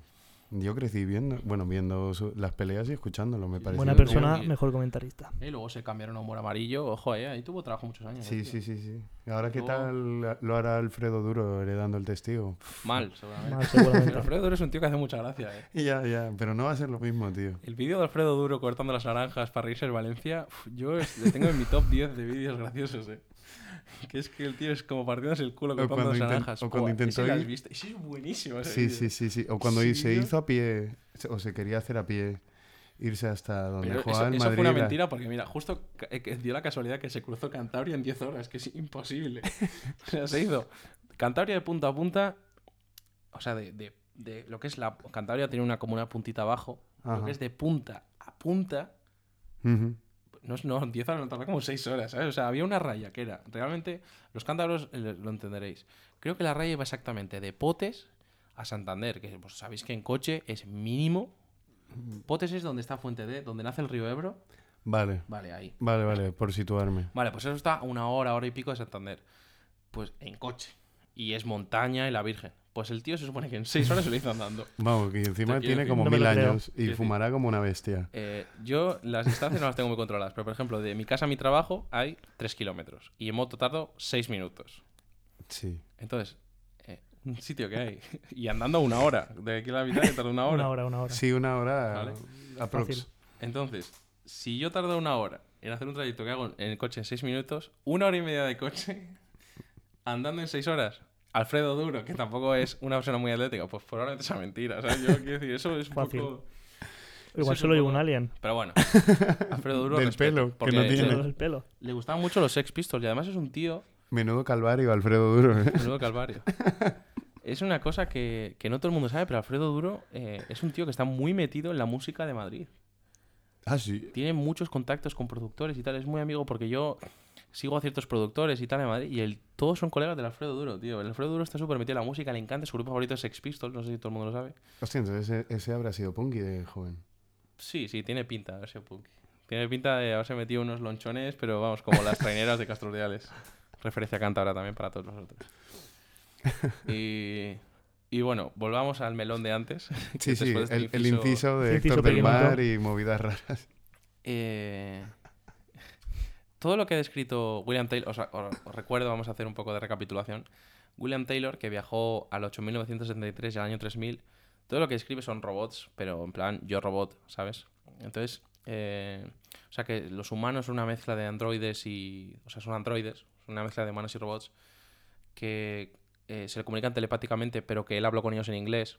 Yo crecí viendo, bueno, viendo su- las peleas y escuchándolo, me parece. Buena un tío- persona, tío. mejor comentarista. Y luego se cambiaron a humor amarillo. Ojo, eh, ahí tuvo trabajo muchos años. Sí, eh, sí, tío. sí, sí. Ahora qué Luego- tal lo hará Alfredo Duro heredando el testigo. [laughs] Mal, seguramente. Más [laughs] Pero seguramente. Alfredo Duro es un tío que hace mucha gracia, eh. Ya, ya, pero no va a ser lo mismo, tío. El vídeo de Alfredo Duro cortando las naranjas para reírse en Valencia, uf, yo es- le tengo en mi top 10 de vídeos graciosos, eh. Que es que el tío es como partiéndose el culo cortando cuando las inten- naranjas. o cuando Buah, intentó ese lo has ir- visto. Ese es buenísimo. ese Sí, vídeo. sí, sí, sí. O cuando Sí, se tío. hizo a pie, se- o se quería hacer a pie, irse hasta donde Pero jugaba eso, el eso Madrid. fue una la- mentira porque, mira, justo ca- eh, que dio la casualidad que se cruzó Cantabria en 10 horas, que es [laughs] imposible. o sea, se hizo Cantabria de punta a punta, o sea, de, de- de lo que es la... Cantabria tiene una como una puntita abajo, lo Ajá. que es de punta a punta, Ujú. No, es- no, 10 horas, no tarda como 6 horas, ¿sabes? O sea, había una raya que era. Realmente, los cántabros eh, lo entenderéis. Creo que la raya iba exactamente de Potes a Santander, que pues, sabéis que en coche es mínimo. Potes es donde está Fuente D, donde nace el río Ebro. Vale, Vale, ahí. vale, vale, por situarme. Vale, pues eso está a una hora, hora y pico de Santander. Pues en coche. Y es montaña y la Virgen. Pues el tío se supone que en 6 horas se lo hizo andando. Vamos, que Te quiero encima tiene decir- como No me mil lo creo. años y decir- fumará como una bestia. Eh, yo las distancias no las tengo muy controladas, pero por ejemplo, de mi casa a mi trabajo hay 3 kilómetros y en moto tardo 6 minutos. Sí. Entonces, eh, un sitio que hay [laughs] y andando una hora, de aquí a la mitad que tarda una hora. Una hora, una hora. Sí, una hora Vale. aprox. Fácil. Entonces, si yo tardo una hora en hacer un trayecto que hago en el coche en 6 minutos, una hora y media de coche, [laughs] andando en 6 horas. Alfredo Duro, que tampoco es una persona muy atlética, pues probablemente sea mentira, ¿sabes? Yo quiero decir, eso es un Fácil. poco... Igual sí, solo llevo supongo. un alien. Pero [laughs] bueno, Alfredo Duro... Del respeto, pelo, que porque no le- tiene. Solo es el pelo. Le gustaban mucho los Sex Pistols y además es un tío Menudo calvario, Alfredo Duro. ¿eh? Alfredo Calvario. Es una cosa que, que no todo el mundo sabe, pero Alfredo Duro eh, es un tío que está muy metido en la música de Madrid. [laughs] Ah, sí. Tiene muchos contactos con productores y tal. Es muy amigo porque yo sigo a ciertos productores y tal en Madrid y el- todos son colegas del Alfredo Duro, tío. El Alfredo Duro está súper metido en la música, le encanta. Su grupo favorito es Sex Pistols, no sé si todo el mundo lo sabe. Hostia, entonces ese, ese habrá sido punky de joven. Sí, sí, tiene pinta, ese punk. Tiene pinta de haberse metido unos lonchones, pero vamos, como las traineras de Castro Reales. Referencia cántabra también para todos vosotros. Y, y bueno, volvamos al melón de antes. que Sí, sí, después de el, este el inciso de Sí, Héctor del inciso pequeñito. Mar y movidas raras. Eh, todo lo que ha descrito William Taylor, os, os- os recuerdo, vamos a hacer un poco de recapitulación. William Taylor, que viajó al 8973 y al año 3000, todo lo que describe son robots, pero en plan yo robot, ¿sabes? Entonces, eh, o sea que los humanos son una mezcla de androides y. O sea, son androides, son una mezcla de humanos y robots que eh, se le comunican telepáticamente, pero que él habló con ellos en inglés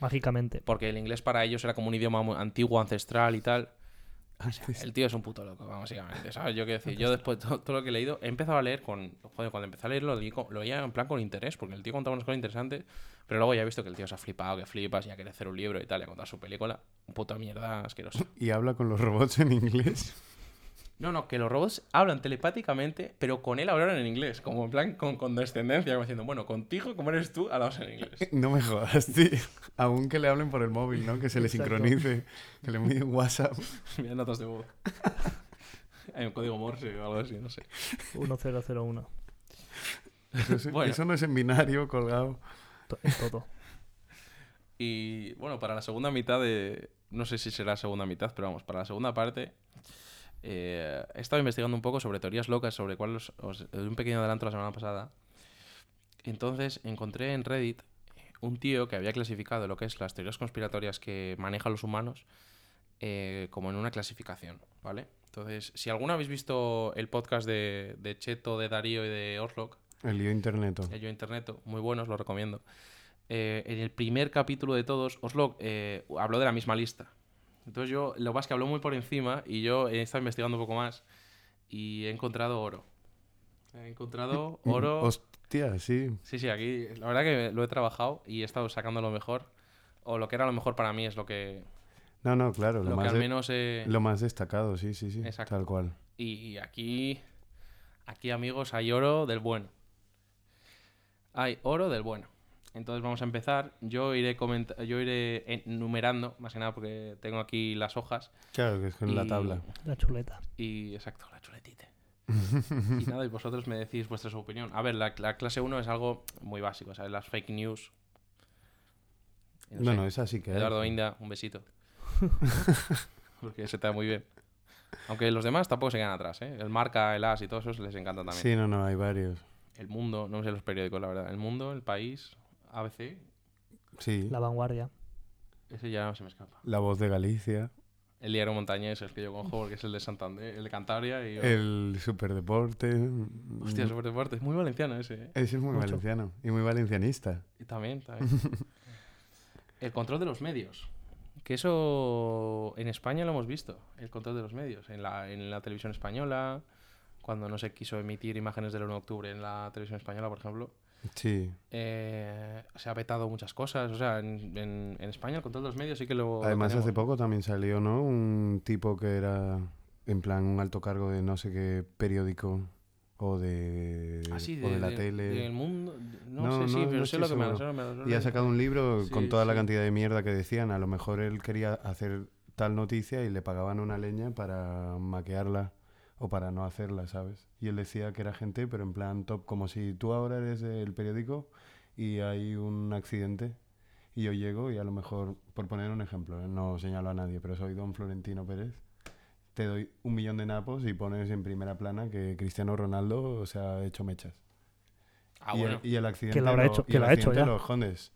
Mágicamente. porque el inglés para ellos era como un idioma muy antiguo, ancestral y tal. Ah, sí, sí. El tío es un puto loco, básicamente, ¿sabes? Yo quiero decir, yo después de to- todo, lo que he leído, he empezado a leer con... Joder, cuando empecé a leerlo, lo, leí con- lo leía en plan con interés, porque el tío contaba unas cosas interesantes, pero luego ya he visto que el tío se ha flipado, que flipas, ya quiere hacer un libro y tal, y ha contado su película. Un puta mierda asquerosa. Y habla con los robots en inglés. [laughs] No, no, que los robots hablan telepáticamente, pero con él hablaron en inglés, como en plan con condescendencia, como diciendo, bueno, contigo, como eres tú, hablamos en inglés. [laughs] No me jodas, tío. Aún que le hablen por el móvil, ¿no? Que se le Exacto. sincronice, que le envíe un WhatsApp. [laughs] Mira notas de voz. [laughs] Hay un código Morse o algo así, no sé. 1001. Eso, es- Bueno. eso no es en binario colgado. To- es todo. Y bueno, para la segunda mitad de. No sé si será segunda mitad, pero vamos, para la segunda parte. eh, he estado investigando un poco sobre teorías locas, sobre cuál os, os doy un pequeño adelanto la semana pasada. Entonces encontré en Reddit un tío que había clasificado lo que es las teorías conspiratorias que manejan los humanos eh, como en una clasificación, ¿vale? Entonces, si alguna habéis visto el podcast de, de Cheto, de Darío y de Orlok, El lío interneto. el Yo Internet, muy buenos, lo recomiendo. Eh, en el primer capítulo de todos, Oslo eh, habló de la misma lista. Entonces yo, lo que pasa es que habló muy por encima y yo he estado investigando un poco más y he encontrado oro. He [laughs] encontrado Mm, oro. Hostia, sí. Sí, sí, aquí la verdad que lo he trabajado y he estado sacando lo mejor. O lo que era lo mejor para mí es lo que, No, no, claro. Lo, lo que más, al de- menos... eh, lo más destacado, sí, sí, sí. Exacto. Tal cual. Y aquí, aquí amigos, hay oro del bueno. Hay oro del bueno. Entonces vamos a empezar. Yo iré coment- yo iré enumerando, más que nada porque tengo aquí las hojas. Claro, que es con la Y- tabla. La chuleta. Y exacto, la chuletita. y nada, y vosotros me decís vuestra opinión. A ver, la, la clase 1 es algo muy básico, ¿sabes? Las fake news. Y No, sé, no, esa sí que es. Eduardo Inda, un besito. porque se te da muy bien. Aunque los demás tampoco se quedan atrás, ¿eh? El marca, el as y todos esos les encanta también. Sí, no, no, hay varios. El Mundo, no me sé los periódicos, la verdad. El Mundo, El País, ABC, Sí. La vanguardia. ese ya se me escapa. La voz de Galicia. El Diario Montañés, el que yo cojo, porque es el de Santander, el de Cantabria y... El superdeporte. mm, Hostia, súper deporte. Es muy valenciano ese, ¿eh? Ese es muy Mucho. valenciano y muy valencianista. Y también, también. [laughs] el control de los medios. Que eso en España lo hemos visto, el control de los medios. En la, en la televisión española, cuando no se quiso emitir imágenes del 1 de octubre en la televisión española, por ejemplo. Sí. eh, se ha vetado muchas cosas. O sea, en, en- en España el control de los medios sí que lo... lo Además, hace tenemos. poco también salió, ¿no? Un tipo que era en plan un alto cargo de no sé qué periódico o de, Ah, sí, o de la tele. Del mundo. No, No, sé, sí, no, pero no sé estoy lo que me seguro. sé lo que me- Y ha sacado un libro Sí, con toda la sí. cantidad de mierda que decían. A lo mejor él quería hacer tal noticia y le pagaban una leña para maquearla o para no hacerla, ¿sabes? Y él decía que era gente, pero en plan top, como si tú ahora eres el periódico y hay un accidente y yo llego y a lo mejor, por poner un ejemplo, ¿eh? no señalo a nadie, pero soy don Florentino Pérez. Te doy un millón de napos y pones en primera plana que Cristiano Ronaldo se ha hecho mechas. Ah, y, el- bueno. y el accidente lo habrá hecho, y que el lo ha hecho accidente ya. lo escondes.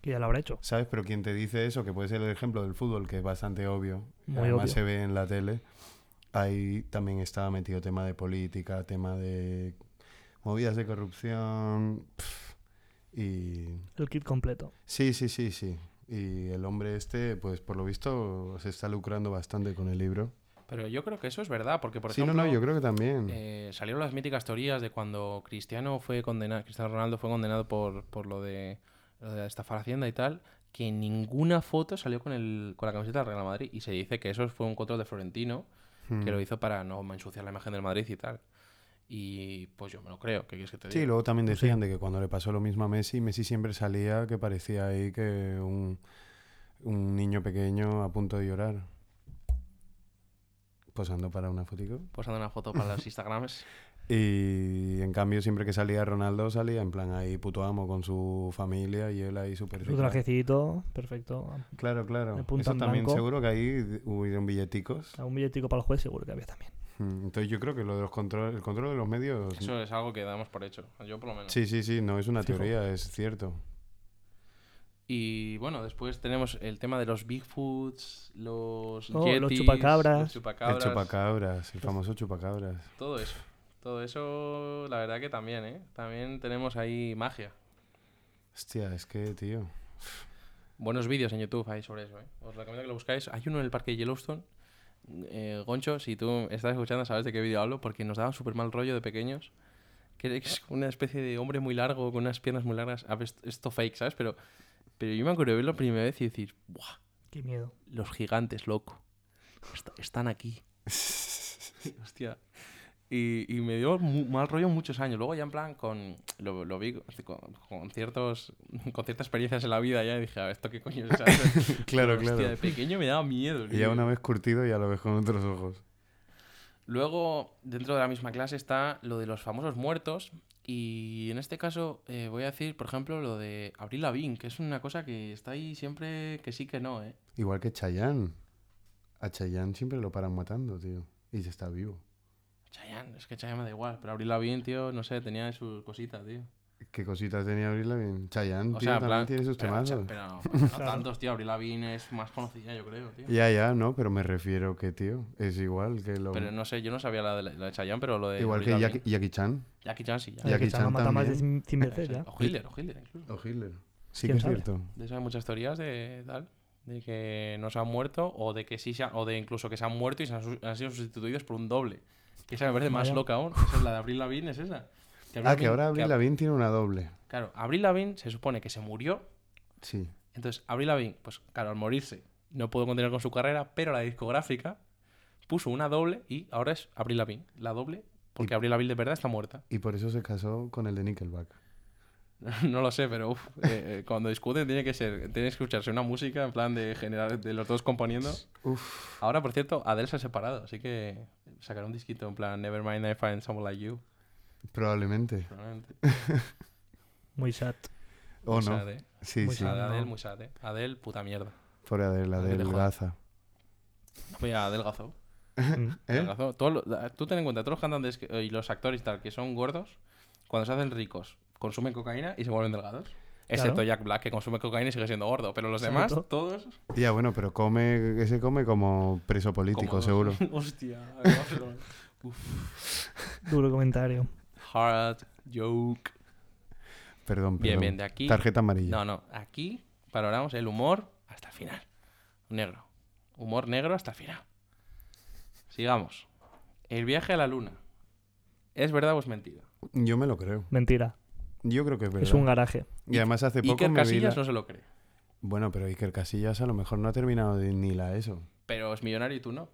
Que ya lo habrá hecho. ¿Sabes? Pero quien te dice eso, que puede ser el ejemplo del fútbol, que es bastante obvio, y Muy además obvio. se ve en la tele, ahí también estaba metido tema de política, tema de movidas de corrupción. pf, y. El kit completo. Sí, sí, sí, sí. Y el hombre este, pues por lo visto, se está lucrando bastante con el libro. Pero yo creo que eso es verdad, porque por sí, ejemplo. no, no, yo creo que también. eh, salieron las míticas teorías de cuando Cristiano fue condenado, Cristiano Ronaldo fue condenado por, por lo de lo de estafar Hacienda y tal, que ninguna foto salió con el con la camiseta del Real Madrid y se dice que eso fue un control de Florentino Mm. que lo hizo para no ensuciar la imagen del Madrid y tal. Y pues yo me lo creo, ¿qué quieres que te diga? Sí, luego también decían de que cuando le pasó lo mismo a Messi, Messi siempre salía que parecía ahí que un, un niño pequeño a punto de llorar. Posando para una fotico. Posando Pues una foto para los Instagrams. Y en cambio, siempre que salía Ronaldo, salía en plan ahí puto amo con su familia y él ahí súper Su trajecito, perfecto. Claro, claro. de punta Eso en también blanco. seguro que ahí hubieron billeticos. Algún billetico para el juez seguro que había también. Mm, Entonces yo creo que lo de los control, el control de los medios... Eso es algo que damos por hecho, yo por lo menos. Sí, sí, sí, no es una Fijo. teoría, es cierto. Y bueno, después tenemos el tema de los Bigfoots, los Oh, los Yetis, chupacabras. los chupacabras, El chupacabras, Pues el famoso chupacabras. todo eso. Todo eso, la verdad que también, ¿eh? También tenemos ahí magia. Hostia, es que, [laughs] tío. Buenos vídeos en YouTube hay sobre eso, ¿eh? Os recomiendo que lo buscáis. Hay uno en el parque de Yellowstone. Eh, Goncho, si tú estás escuchando, sabes de qué vídeo hablo, porque nos daban súper mal rollo de pequeños. Que es una especie de hombre muy largo, con unas piernas muy largas. A ver, esto fake, ¿sabes? Pero, pero yo me acuerdo de verlo la primera vez y decir, ¡buah! Qué miedo. Los gigantes, loco. Est- están aquí. [laughs] Hostia. Y, y me dio mu- mal rollo muchos años. Luego ya en plan con... Lo, lo vi con, con ciertos, con ciertas experiencias en la vida ya y dije, a ver, ¿esto qué coño [laughs] es? ¿sabes? Claro, Hostia, claro. de pequeño me daba miedo. Y ya tío. una vez curtido ya lo ves con otros ojos. Luego, dentro de la misma clase está lo de los famosos muertos. Y en este caso eh, voy a decir, por ejemplo, lo de Abril Lavigne, que es una cosa que está ahí siempre que sí que no, ¿eh? Igual que Chayanne. A Chayanne siempre lo paran matando, tío. Y se está vivo. Chayanne, es que Chayanne me da igual, pero Abril Lavigne, tío, no sé, tenía sus cositas, tío. ¿Qué cositas tenía Abril Lavigne? Chayanne, O tío, sea, en también plan, tiene sus pero, temazos. cha- [laughs] pero no, no tantos, tío, Abril Lavigne es más conocida, yo creo, tío. Ya, ya, no, pero me refiero que, tío, es igual que lo... Pero no sé, yo no sabía la de, la de Chayanne, pero lo de igual Avril que Jackie, Lavigne. Jackie Chan Jackie Chan sí, ya. Jackie Jackie Chan lo Chan mata más de también. [laughs] 100 veces ya. O Hitler, o Hitler incluso. o Hitler. Sí ¿Quién que es sabe? cierto. De eso hay muchas teorías de tal, de que no se han muerto o de que sí se han- o de incluso que se han muerto y se han, su- han sido sustituidos por un doble. Que esa me parece más Vaya. loca aún. Esa es la de Abril Lavigne, es esa. Ah, que ahora Avril Abril Lavigne- Lavigne tiene una doble. que- Claro, Abril Lavigne se supone que se murió Sí. Entonces, Avril Lavigne, pues claro, al morirse no pudo continuar con su carrera, pero la discográfica puso una doble y ahora es Avril Lavigne, la doble, porque Avril Lavigne de verdad está muerta. [laughs] Y por eso se casó con el de Nickelback. no lo sé, pero uf, eh, eh, cuando discuten tiene que ser, tiene que escucharse una música en plan de general de los dos componiendo. Uf. Ahora, por cierto, Adele se ha separado, así que sacará un disquito en plan Nevermind I Find Someone Like You, Probablemente. probablemente. Muy sad. [laughs] O Muy no. sad, eh. Sí, Muy sí. sad. Adele, no. muy sad, eh. Adele, puta mierda. Por Adela, Adele, del joder. Gaza. Mira, Adele Gazo. Mm. ¿Eh? Tienes razón. Todos los- tú ten en cuenta, todos los cantantes que- y los actores y tal que son gordos, cuando se hacen ricos, consumen cocaína y se vuelven delgados. Excepto Jack Black, que consume cocaína y sigue siendo gordo. Pero los demás, Exacto. todos. Ya, bueno, pero come, ese come como preso político, cómodos. [laughs] seguro. Hostia. cabrón. Duro comentario. Hard, joke. Perdón, perdón. Bien, bien, de aquí. Tarjeta amarilla. No, no. Aquí valoramos el humor hasta el final. Negro. Humor negro hasta el final. Sigamos. El viaje a la luna. ¿Es verdad o es mentira? Yo me lo creo. Mentira. Yo creo que es verdad. Es un garaje. Y además hace poco Iker me vi la- Casillas no se lo cree. Bueno, pero Iker Casillas a lo mejor no ha terminado de- ni la ESO. Pero es millonario y tú no.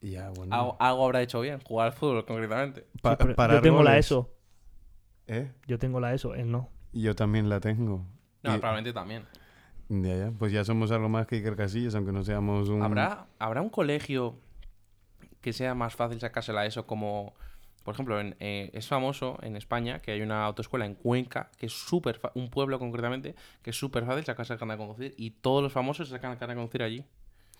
Y ya, bueno. Algo, algo habrá hecho bien, jugar al fútbol concretamente. Pa- Sí, pero parar yo tengo la goles. ESO. ¿Eh? Yo tengo la ESO, él no. Yo también la tengo. No, Y- probablemente también. Ya, ya. Pues ya somos algo más que Iker Casillas, aunque no seamos un... ¿Habrá, ¿Habrá un colegio que sea más fácil sacársela a eso como... Por ejemplo, en, eh, es famoso en España que hay una autoescuela en Cuenca, que es súper... fa- Un pueblo concretamente, que es súper fácil sacarse el carnet de conducir. Y todos los famosos se sacan el carnet de conducir allí.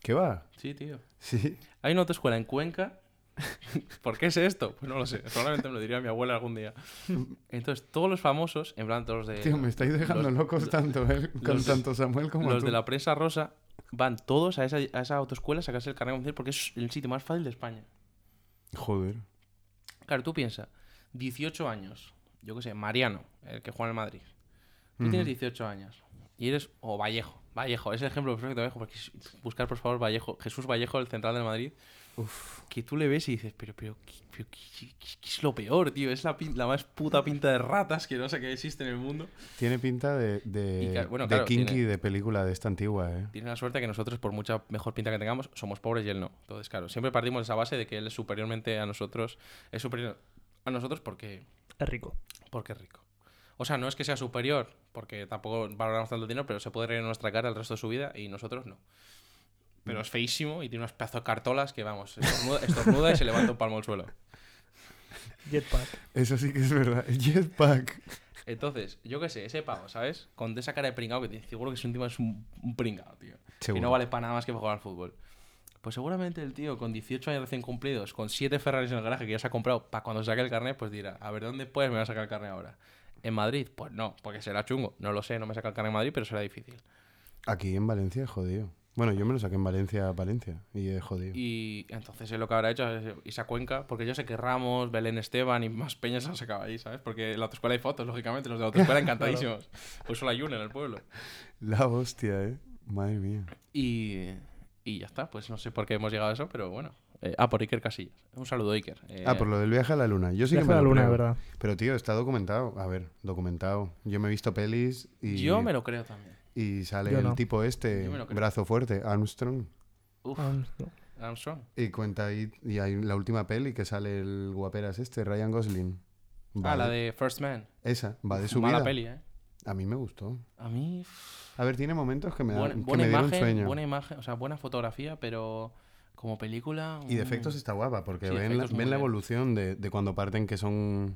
¿Qué va? Sí, tío. Sí. Hay una autoescuela en Cuenca. [laughs] ¿Por qué es esto? Pues no lo sé. Probablemente me lo diría mi abuela algún [laughs] día. Entonces, todos los famosos, en plan, todos los de... Tío, me estáis dejando Eh, los- locos tanto, [laughs] ¿eh? Con los de- tanto Samuel como los tú. de la prensa rosa van todos a esa, a esa autoescuela a sacarse el carnet de conducir porque es el sitio más fácil de España. Joder. Claro, tú piensas, 18 años, yo qué sé, Mariano, el que juega en el Madrid. Tú Ujú. tienes 18 años y eres, o Vallejo, Vallejo, es el ejemplo perfecto de Vallejo, porque es- buscar por favor Vallejo, Jesús Vallejo, el central del Madrid, Uf. que tú le ves y dices, pero, pero, ¿qué, pero qué- qué- qué- qué es lo peor, tío? Es la, pin- la más puta pinta de ratas que no sé que existe en el mundo. Tiene pinta de, Y de, ca- bueno, de claro, kinky tiene- de película de esta antigua, ¿eh? Tienes la suerte que nosotros, por mucha mejor pinta que tengamos, somos pobres y él no. Entonces, claro, siempre partimos de esa base de que él es superiormente a nosotros, es superior a nosotros porque... Es rico. Porque es rico. O sea, no es que sea superior, porque tampoco valoramos tanto el dinero, pero se puede reír en nuestra cara el resto de su vida y nosotros no. Pero es feísimo y tiene unos pedazos de cartolas que, vamos, estornuda, estornuda y se levanta un palmo al suelo. Jetpack. Eso sí que es verdad. [laughs] El jetpack. Entonces, yo qué sé, ese pavo, ¿sabes? Con esa cara de pringado que tiene, seguro que ese último es un, un pringado, tío. Que Seguro. no vale para nada más que para jugar al fútbol. Pues seguramente el tío con 18 años recién cumplidos, con 7 Ferraris en el garaje que ya se ha comprado, para cuando saque el carnet, pues dirá, a ver, ¿dónde pues me va a sacar el carnet ahora? ¿En Madrid? Pues no, porque será chungo. No lo sé, no me saca el carnet en Madrid, pero será difícil. Aquí en Valencia, jodido. Bueno, yo me lo saqué en Valencia, Valencia. Y es jodido. Y entonces él lo que habrá hecho es irse a Cuenca, porque yo sé que Ramos, Belén Esteban y más peñas se han sacado ahí, ¿sabes? Porque en la autoescuela hay fotos, lógicamente, los de la autoescuela encantadísimos. Pues solo hay una en el pueblo. La hostia, ¿eh? Madre mía. Y, y ya está, pues no sé por qué hemos llegado a eso, pero bueno. Eh, ah, por Iker Casillas. Un saludo, Iker. Eh, Ah, por lo del viaje a la luna. Yo sí Viaje que me a la lo luna, creo. ¿verdad? Pero tío, está documentado. A ver, documentado. Yo me he visto pelis y, Yo me lo creo también. y sale Yo el no. tipo Yo este, me lo creo. brazo fuerte, Armstrong. Uf, Ah, no. Armstrong. Ah, Y cuenta ahí, y hay la última peli que sale el guaperas este, Ryan Gosling. Va Ah, la de First Man. Esa, va de su Mala vida. peli, ¿eh? A mí me gustó. A mí. pff, A ver, tiene momentos que me, da- buena, que buena me dieron imagen, sueño. buena imagen, o sea, buena fotografía, pero como película. Y de efectos mm. está guapa, porque Sí, ven, la, efectos muy ven la bien. evolución de, de cuando parten que son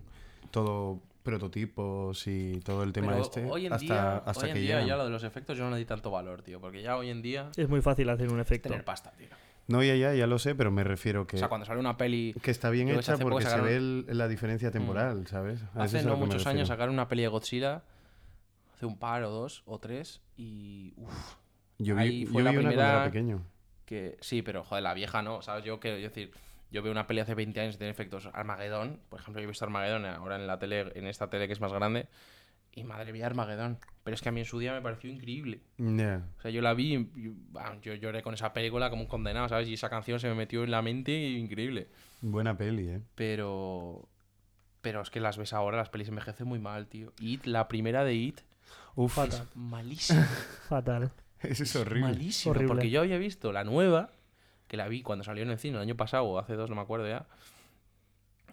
todo prototipos y todo el tema Pero este hoy en hasta, día, hasta hoy en que día llegan. ya lo de los efectos yo no le di tanto valor, tío. Porque ya hoy en día Es muy fácil hacer un efecto. tener pasta, tío. No, ya, ya, ya lo sé, pero me refiero que, O sea, cuando sale una peli. que está bien yo que sé, hecha hace poco porque se sacaron- Mm. ve el- la diferencia temporal, ¿sabes? A eso Hace Ah, es a no lo que me muchos refiero. años sacaron una peli de Godzilla. Hace un par o dos o tres. Y. Uf, Yo vi, ahí yo fue vi la una cuando era primera- pequeño. que. Sí, pero joder, la vieja no. ¿Sabes? Yo quiero decir. Yo veo una peli hace 20 años y tiene efectos Armagedón. Por ejemplo, yo he visto Armagedón ahora en la tele, en esta tele que es más grande. Y madre mía, Armagedón. Pero es que a mí en su día me pareció increíble. Ya. O sea, yo la vi, y, bah, yo lloré con esa película como un condenado, ¿sabes? Y esa canción se me metió en la mente y increíble. Buena peli, ¿eh? [laughs] Pero. Pero es que las ves ahora, las pelis envejecen muy mal, tío. It, la primera de It, Uf, Fatal. malísima. Fatal. eso es horrible. malísima. [laughs] Horrible. Porque yo había visto la nueva, que la vi cuando salió en el cine el año pasado o hace dos, no me acuerdo ya.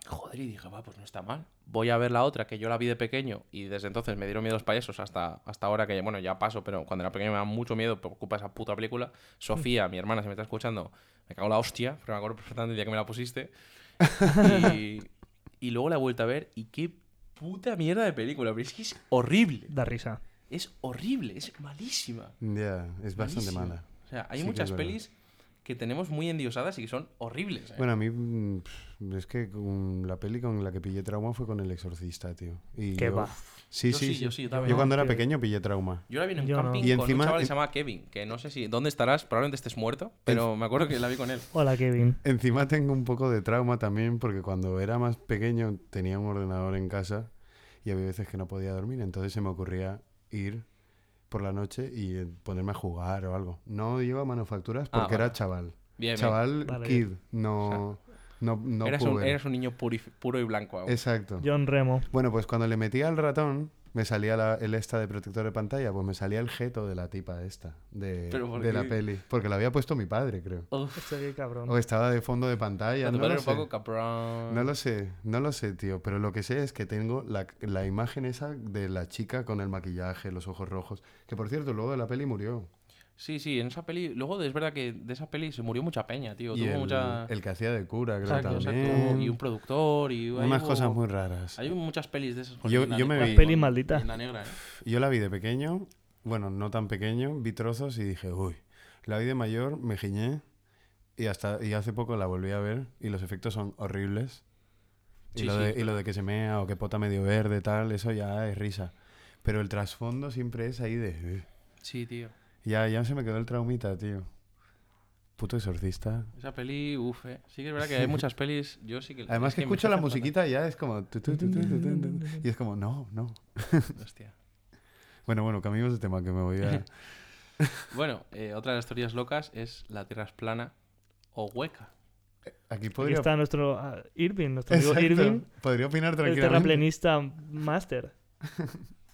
Joder, y dije, va, pues no está mal. Voy a ver la otra, que yo la vi de pequeño y desde entonces me dieron miedo los payasos hasta, hasta ahora que, bueno, ya paso, pero cuando era pequeño me daba mucho miedo por culpa de esa puta película. Sofía, mi hermana, si me está escuchando, me cago en la hostia, pero me acuerdo perfectamente el día que me la [laughs] pusiste. Y, y luego la he vuelto a ver y qué puta mierda de película, pero es que es horrible. Da risa. Es horrible, es malísima. Ya, es bastante Malísima. mala. O sea, hay Sí que muchas es verdad. pelis que tenemos muy endiosadas y que son horribles. ¿eh? Bueno, a mí mm, pf, es que con la peli con la que pillé trauma fue con El Exorcista, tío. Y Qué yo- va. Sí, Yo sí, sí, sí. yo sí, también. Yo cuando era Tío. pequeño pillé trauma. Yo la vi en un Yo no. camping Y con encima- un chaval que en- se llama Kevin, que no sé si dónde estarás, probablemente estés muerto, pero me acuerdo que la vi con él. Hola, Kevin. Encima tengo un poco de trauma también porque cuando era más pequeño tenía un ordenador en casa y había veces que no podía dormir, entonces se me ocurría ir por la noche y eh, ponerme a jugar o algo. No iba a manufacturas Ah, porque vale. era chaval. Bien, bien. Chaval Vale, kid, no, no, no eras, un, puber. eras un niño purif- puro y blanco aún. Exacto. John Remo. Bueno, pues cuando le metía al ratón, Me salía la- el esta de protector de pantalla, pues me salía el jeto de la tipa esta, de, ¿Pero por de la qué? peli. Porque lo había puesto mi padre, creo. Uf, Hostia, Este qué cabrón. O estaba de fondo de pantalla. a tu No padre lo, un sé. poco cabrón. no lo sé, no lo sé, tío. Pero lo que sé es que tengo la, la imagen esa de la chica con el maquillaje, los ojos rojos. Que por cierto, luego de la peli murió. Sí, sí, en esa peli. Luego es verdad que de esa peli se murió mucha peña, tío. Y Tuvo el, mucha. el que hacía de cura, creo Exacto, exacto. también. Y un productor y. ahí Unas hubo- cosas muy raras. Hay muchas pelis de esas. Yo- en la yo me negra. vi- Las pelis malditas. En la negra, ¿eh? Yo la vi de pequeño, bueno, no tan pequeño, vi trozos y dije, uy. La vi de mayor, me giñé y hasta y hace poco la volví a ver y los efectos son horribles. Y, Sí, lo, sí. De, y lo de que se mea o que pota medio verde, tal, eso ya es risa. Pero el trasfondo siempre es ahí de... "Ugh". Sí, tío. Ya, ya se me quedó el traumita, tío. Puto exorcista. Esa peli, uff, eh. Sí que es verdad que hay muchas pelis. Yo sí que. Además es que me escucho la hacen musiquita y ya es como... tu, tu, tu, tu, tu, tu, tu, tu. Y es como, no, no. falta- Hostia. Bueno, bueno, cambiamos de tema que me voy a... Bueno, eh, otra de las teorías locas es la Tierra es plana o hueca. Aquí Aquí podría... está nuestro ah, Irving, nuestro amigo Exacto. Irving, Podría opinar el tranquilamente. terraplenista máster.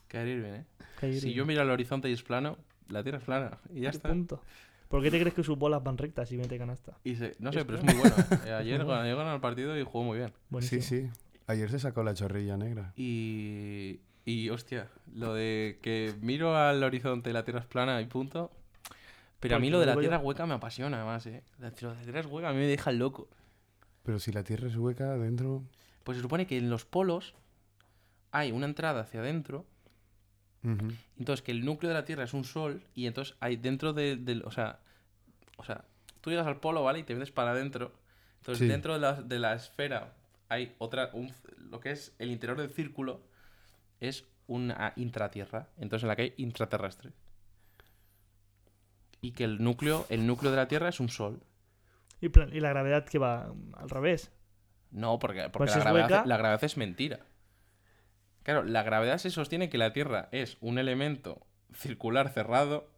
Caer Irving, ¿eh? Que Irving. Si yo miro al horizonte y es plano, la Tierra es plana. Y ya Y está. punto. ¿Por qué te crees que sus bolas van rectas y mete canasta? Y se- no sé, Es pero es muy bueno. ¿eh? Eh, Ayer ganó, ayer ganó el partido y jugó muy bien. Buenísimo. Sí, sí. Ayer se sacó la chorrilla negra. Y, y hostia, lo de que miro al horizonte y la tierra es plana y punto. Pero a mí Porque lo de la luego yo- tierra hueca me apasiona más, ¿eh? La, lo de la tierra es hueca a mí me deja loco. Pero si la tierra es hueca adentro... Pues se supone que en los polos hay una entrada hacia adentro, Ujú. entonces que el núcleo de la tierra es un sol y entonces hay dentro de- del... o, sea, o sea, tú llegas al polo, ¿vale? Y te metes para adentro. Entonces Sí. dentro de la, de la esfera hay otra... un- lo que es el interior del círculo es una intratierra, entonces en la que hay intraterrestre. Y que el núcleo, el núcleo de la Tierra es un sol. Y, plan- y la gravedad que va mm, al revés. No, porque, porque Pues la, es gravedad, hueca. la gravedad es mentira. Claro, la gravedad se sostiene que la Tierra es un elemento circular cerrado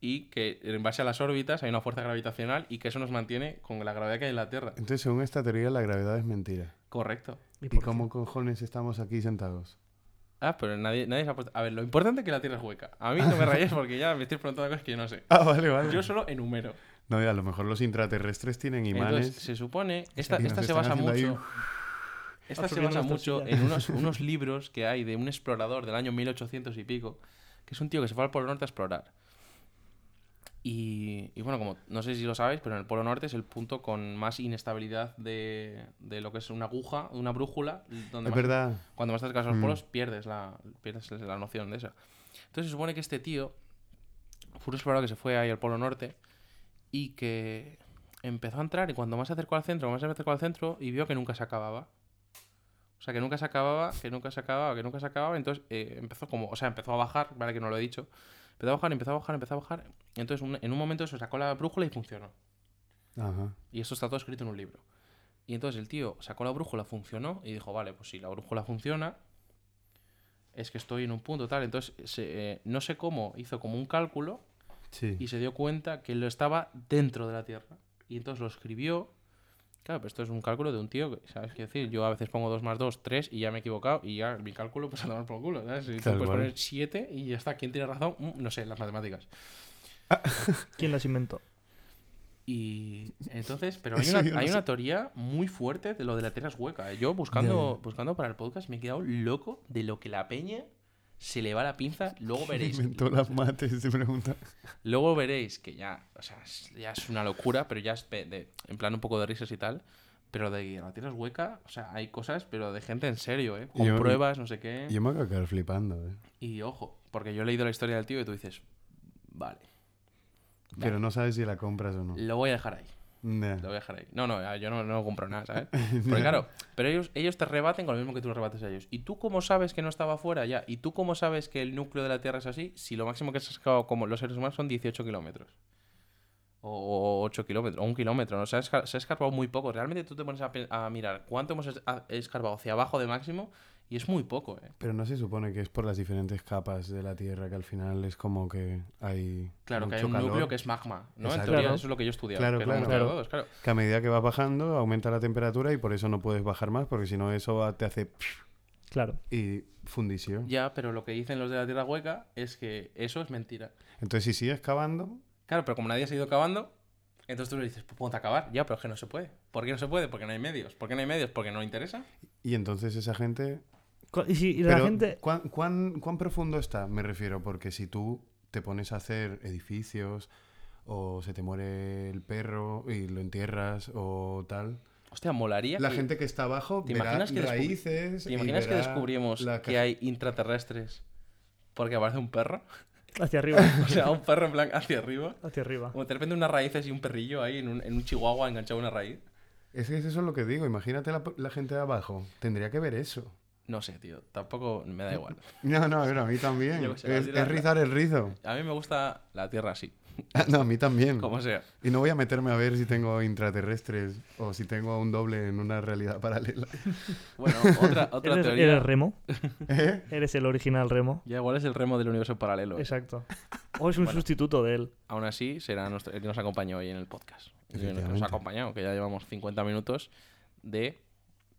y que en base a las órbitas hay una fuerza gravitacional y que eso nos mantiene con la gravedad que hay en la Tierra. Entonces, según esta teoría, la gravedad es mentira. Correcto. ¿Y, ¿Y por qué? cómo cojones estamos aquí sentados? Ah, pero nadie, nadie se ha puesto... A ver, lo importante es que la Tierra es hueca. A mí no me rayes porque ya me estoy preguntando cosas que yo no sé. Ah, vale, vale. Yo solo enumero. No, y a lo mejor los intraterrestres tienen imanes. Entonces, se supone, esta, Y nos esta se están basa haciendo ahí mucho, esta se absorbiendo basa nuestras mucho sillas. en [laughs] unos, unos libros que hay de un explorador del año 1800 y pico, que es un tío que se fue al Polo Norte a explorar. Y, y bueno, como no sé si lo sabéis, pero en el Polo Norte es el punto con más inestabilidad de, de lo que es una aguja, una brújula, donde Es más- verdad. cuando más te acercas a los Mm. polos pierdes la, pierdes la noción de esa. Entonces se supone que este tío fue un explorador que se fue ahí al Polo Norte y que empezó a entrar y cuando más se acercó al centro, más se acercó al centro y vio que nunca se acababa. O sea, que nunca se acababa, que nunca se acababa, que nunca se acababa. Entonces eh, empezó como, o sea, empezó a bajar, vale que no lo he dicho. Empezó a bajar, empezó a bajar, empezó a bajar. Y entonces un- en un momento se sacó la brújula y funcionó. Ajá. Y esto está todo escrito en un libro. Y entonces el tío sacó la brújula, funcionó y dijo, vale, pues si la brújula funciona, es que estoy en un punto tal. Entonces, se, eh, no sé cómo, hizo como un cálculo Sí. y se dio cuenta que lo estaba dentro de la Tierra. Y entonces lo escribió. Claro, pero esto es un cálculo de un tío que, ¿sabes qué decir? Yo a veces pongo 2 más 2, 3 y ya me he equivocado y ya mi cálculo pues a tomar por culo, ¿sabes? Y tú Tal puedes cual. poner 7 y ya está. ¿Quién tiene razón? Mm, No sé, las matemáticas. ¿Quién las inventó? Y entonces, pero [laughs] hay Eso una, yo no hay sé. una teoría muy fuerte de lo de la tierra es hueca. ¿eh? Yo buscando, Ya, ya. buscando para el podcast me he quedado loco de lo que la peña se le va la pinza. [laughs] Luego veréis. ¿eh? Inventó las mates, se pregunta. Luego veréis que ya, o sea, es- ya es una locura, pero ya es pe- de- en plan un poco de risas y tal. Pero de que la tierra es hueca, o sea, hay cosas, pero de gente en serio, ¿eh? Con Yo- pruebas, no sé qué. Yo me voy a quedar flipando, eh. Y ojo, porque yo he leído la historia del tío y tú dices, vale, Pero no sabes si la compras o no. lo voy a dejar ahí. Nah. Lo voy a dejar ahí. No, no, yo no, no compro nada, ¿sabes? Porque claro, pero ellos, ellos te rebaten con lo mismo que tú los rebates a ellos. ¿Y tú cómo sabes que no estaba fuera ya? ¿Y tú cómo sabes que el núcleo de la Tierra es así? Si lo máximo que se ha sacado como los seres humanos son 18 kilómetros. O, o 8 kilómetros, o un kilómetro. ¿no? Se, ha esca- se ha escarbado muy poco. Realmente tú te pones a, pe- a mirar cuánto hemos es- a- escarbado hacia abajo de máximo y es muy poco, ¿eh? Pero no se supone que es por las diferentes capas de la Tierra que al final es como que hay. Claro que hay mucho un calor. núcleo que es magma, ¿no? En Exacto. teoría Claro. eso es lo que yo he estudiado. Claro, que es lo que claro. hemos estudiado Claro. todos, claro. Que a medida que vas bajando aumenta la temperatura y por eso no puedes bajar más, porque si no eso va- te hace. Claro. y fundición. Ya, pero lo que dicen los de la tierra hueca es que eso es mentira. Entonces, si sigues cavando, Claro, pero como nadie se ha ido cavando, entonces tú le dices, pues ponte a cavar. Ya, pero es que no se puede. ¿Por qué no se puede? Porque no hay medios. ¿Por qué no hay medios? Porque no interesa. y entonces esa gente Co- Y, si, y la Pero, gente. ¿cuán, cuán, cuán profundo está? Me refiero, porque si tú te pones a hacer edificios o se te muere el perro y lo entierras o tal, Hostia, molaría. la que- gente que está abajo ¿Te verá imaginas que descubri- raíces. ¿Te y imaginas que verá descubrimos la que ca- hay intraterrestres porque aparece un perro? [laughs] [laughs] Hacia arriba. O sea, un perro en plan hacia arriba. hacia arriba. Como de repente unas raíces y un perrillo ahí en un, en un chihuahua enganchado a una raíz. Es que es eso lo que digo, imagínate la, la gente de abajo. Tendría que ver eso. No sé, tío. Tampoco me da igual. No, no, pero a mí también. Yo es, sé, la tira- es rizar el rizo. [laughs] A mí me gusta la tierra así, No, a mí también. como [laughs] sea. Y no voy a meterme a ver si tengo intraterrestres o si tengo un doble en una realidad [laughs] paralela. Bueno, otra, otra ¿Eres, teoría. eres Remo. [laughs] ¿Eh? Eres el original Remo. Ya igual es el remo del universo paralelo. ¿eh? Exacto. O [laughs] es un sustituto de él. Aún así, será nuestro, el que nos acompañó hoy en el podcast. El que nos ha Efectivamente. acompañado, que ya llevamos 50 minutos de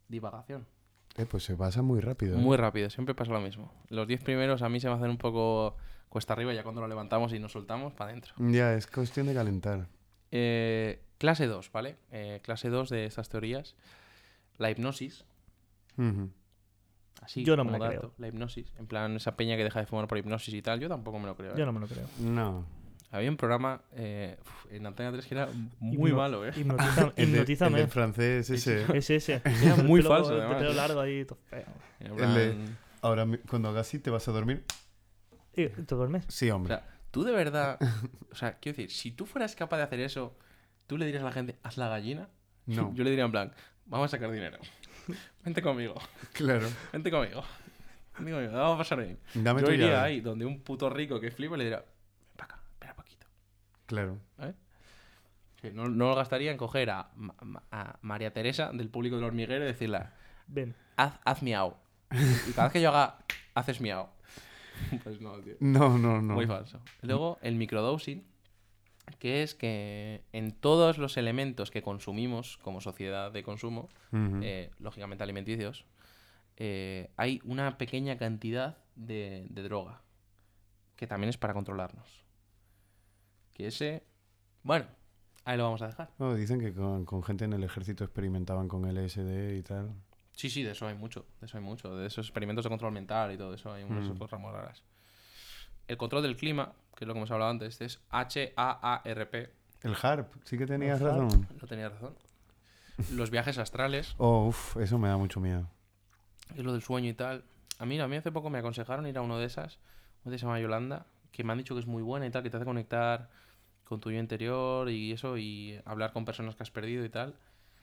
divagación. Eh, pues se pasa muy rápido. ¿eh? Muy rápido, siempre pasa lo mismo. Los 10 primeros a mí se me hacen un poco cuesta arriba, ya cuando lo levantamos y nos soltamos, para adentro. Ya, es cuestión de calentar. Eh, clase 2, ¿vale? Eh, clase 2 de estas teorías. La hipnosis. Ujú. Así Yo no me como la dato, creo. La hipnosis. En plan, esa peña que deja de fumar por hipnosis y tal. Yo tampoco me lo creo. ¿eh? Yo no me lo creo. No. Había un programa eh, uf, en Antena 3 [laughs] que era muy Hipno- malo, ¿eh? hipnotiza- [laughs] El, de- el hipnotízame. del francés ese. Es ese. [laughs] Era muy Pelo- falso, el además. pelo largo ahí, todo feo. En El plan, de- [laughs] Ahora, mi- cuando hagas así, ¿te vas a dormir? Eh, ¿Te duermes? Sí, O hombre. sea, tú de verdad. O sea, quiero decir, si tú fueras capaz de hacer eso, tú le dirías a la gente, haz la gallina. No, [laughs] Yo le diría en plan, vamos a sacar dinero. [laughs] Vente conmigo, claro. vente conmigo. Vente conmigo, la vamos a pasar bien. Dame Yo tu iría llave. ahí donde un puto rico que flipa y le diría, ven para acá, espera poquito. Claro. Que No, no lo gastaría en coger a, Ma- Ma- a María Teresa del público del hormiguero y decirle, Ven. haz, haz miau. Y cada vez que yo haga, haces miau. [laughs] Pues no, tío. No, no, no. Muy falso. Luego, el microdosing, que es que en todos los elementos que consumimos como sociedad de consumo, Ujú. eh, lógicamente alimenticios, eh, hay una pequeña cantidad de, de droga, que también es para controlarnos. Que ese... Bueno, ahí lo vamos a dejar. No, dicen que con, con gente en el ejército experimentaban con LSD y tal. Sí, sí, de eso hay mucho, de eso hay mucho, de esos experimentos de control mental y todo eso, hay unas Mm. cosas muy raras. El control del clima, que es lo que hemos hablado antes, es H-A-A-R-P, El harp, sí que tenías El harp. razón. No tenía razón. Los viajes astrales, Oh, uf, eso me da mucho miedo. y lo del sueño y tal. A mí, a mí hace poco me aconsejaron ir a uno de esas, una que se llama Yolanda, que me han dicho que es muy buena y tal, que te hace conectar con tu yo interior y eso, y hablar con personas que has perdido y tal.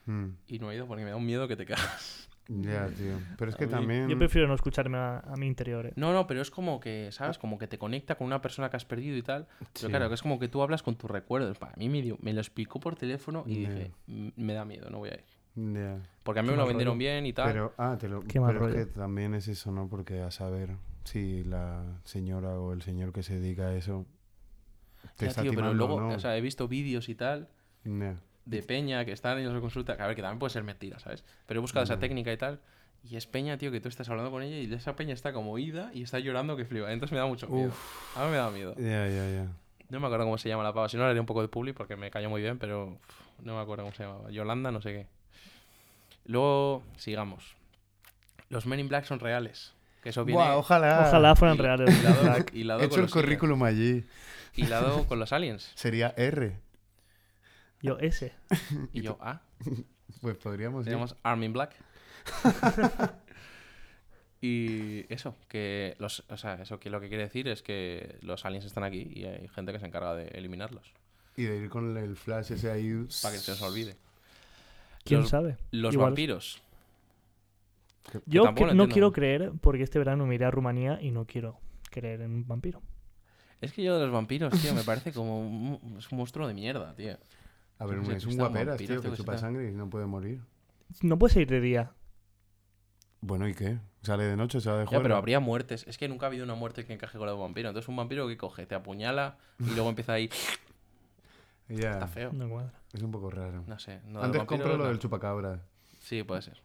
Mm. Y no he ido porque me da un miedo que te cagas. [laughs] Ya, tío. Pero es A que mí- también... Yo prefiero no escucharme a, a mi interior. eh. No, no, pero es como que, ¿sabes? Como que te conecta con una persona que has perdido y tal. Pero Sí. claro, que es como que tú hablas con tus recuerdos. Para mí me, dio- me lo explicó por teléfono y Ya. dije, "M- me da miedo, no voy a ir. Ya. Porque a mí Qué me lo mal vendieron rollo. bien y tal. Pero, ah, te lo, Qué mal pero es rollo. que también es eso, ¿no? Porque a saber si la señora o el señor que se dedica a eso te Ya, está tío, pero timando, luego, ¿no? o sea, he visto vídeos y tal Ya. de peña que están en las consultas, que a ver, que también puede ser mentira, ¿sabes? Pero he buscado esa Ya. técnica y tal, y es peña, tío, que tú estás hablando con ella y esa peña está como ida y está llorando que flipa. Entonces me da mucho miedo. A mí me da miedo. Ya, ya, ya. No me acuerdo cómo se llama la pava, si no le haré un poco de publi porque me cayó muy bien, pero uf, no me acuerdo cómo se llamaba. Yolanda, no sé qué. Luego, sigamos. Los Men in Black son reales. Que eso viene... Buah, ojalá. Ojalá fueran hila- [laughs] reales. Hilado, hilado He con hecho el los aliens. currículum allí. Hilado con los [laughs] aliens. Sería R. Yo, ese. Y yo, ah... Pues podríamos ir. Tenemos Armin Black. y eso, que los, o sea, eso que lo que quiere decir es que los aliens están aquí y hay gente que se encarga de eliminarlos Y de ir con el flash ese ahí. para que se os olvide. ¿Quién Los- sabe? Los Igual. vampiros. que Yo tampoco que- lo no entiendo. quiero creer, porque este verano me iré a Rumanía y no quiero creer en un vampiro. Es que yo de los vampiros, tío, me parece como un, es un monstruo de mierda, tío. A ver, Yo pensé es que un estaban guaperas, vampiros, tío, tío, que que chupa está- sangre y no puede morir. No puedes ir de día. Bueno, ¿y qué? ¿Sale de noche? ¿Sale de Ya, juego? pero habría muertes. Es que nunca ha habido una muerte que encaje con la de un vampiro. Entonces un vampiro que coge, te apuñala y luego empieza ahí. Ya, Está feo. No cuadra. es un poco raro. No sé. No, de Antes vampiros, compré lo no. del chupacabra. Sí, puede ser.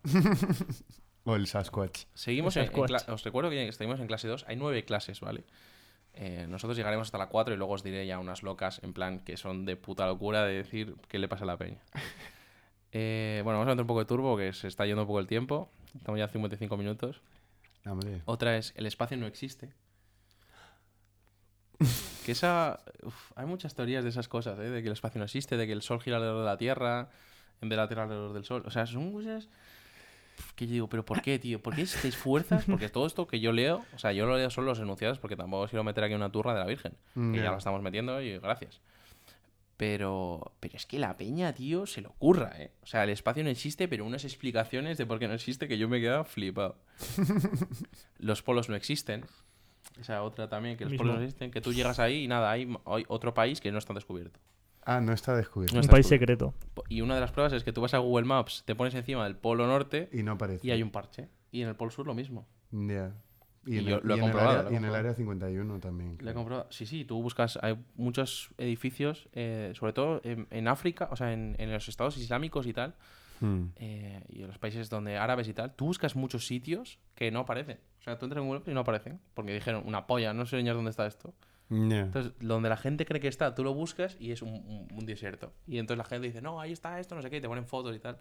O el Sasquatch. Seguimos El en, en cla- Sasquatch. Os recuerdo que seguimos en clase 2. Hay nueve clases, ¿vale? Eh, nosotros llegaremos hasta la 4 y luego os diré ya unas locas en plan que son de puta locura de decir qué le pasa a la peña. Eh, bueno, vamos a meter un poco de turbo que se está yendo un poco el tiempo. Estamos ya a 55 minutos. No, Hombre. Otra es el espacio no existe. Que esa. uf, hay muchas teorías de esas cosas, ¿eh? De que el espacio no existe, de que el sol gira alrededor de la Tierra, en vez de la Tierra alrededor del sol. O sea, son cosas. uf, Que yo digo, ¿pero por qué, tío? ¿Por qué estáis fuerzas? Porque todo esto que yo leo, o sea, yo lo leo solo los enunciados porque tampoco quiero meter aquí una turra de la Virgen. Mm, Que ya. ya lo estamos metiendo y gracias. Pero, pero es que la peña, tío, se lo curra, ¿eh? O sea, el espacio no existe, pero unas explicaciones de por qué no existe que yo me quedaba [laughs] flipado. los polos no existen. Esa otra también, que los Mismo. polos no existen, que tú llegas ahí y nada, hay, hay otro país que no está descubierto. Ah, no está descubierto. No un está país descubierto. secreto. Y una de las pruebas es que tú vas a Google Maps, te pones encima del polo norte Y no aparece. y hay un parche. Y en el polo sur lo mismo. Ya. Y Y en yo el- lo he y en el comprobado, área- lo he Y en el comprobado. área 51 también. La he creo. comprobado. Sí, sí, tú buscas, hay muchos edificios, eh, sobre todo en, en África, o sea, en, en los estados islámicos y tal, Mm. eh, y en los países donde árabes y tal, tú buscas muchos sitios que no aparecen. O sea, tú entras en Google Maps y no aparecen, porque dijeron, una polla, no sé señor dónde está esto. Mm, Ya. Entonces, donde la gente cree que está, tú lo buscas y es un, un- un desierto. Y entonces la gente dice, no, ahí está esto, no sé qué, y te ponen fotos y tal.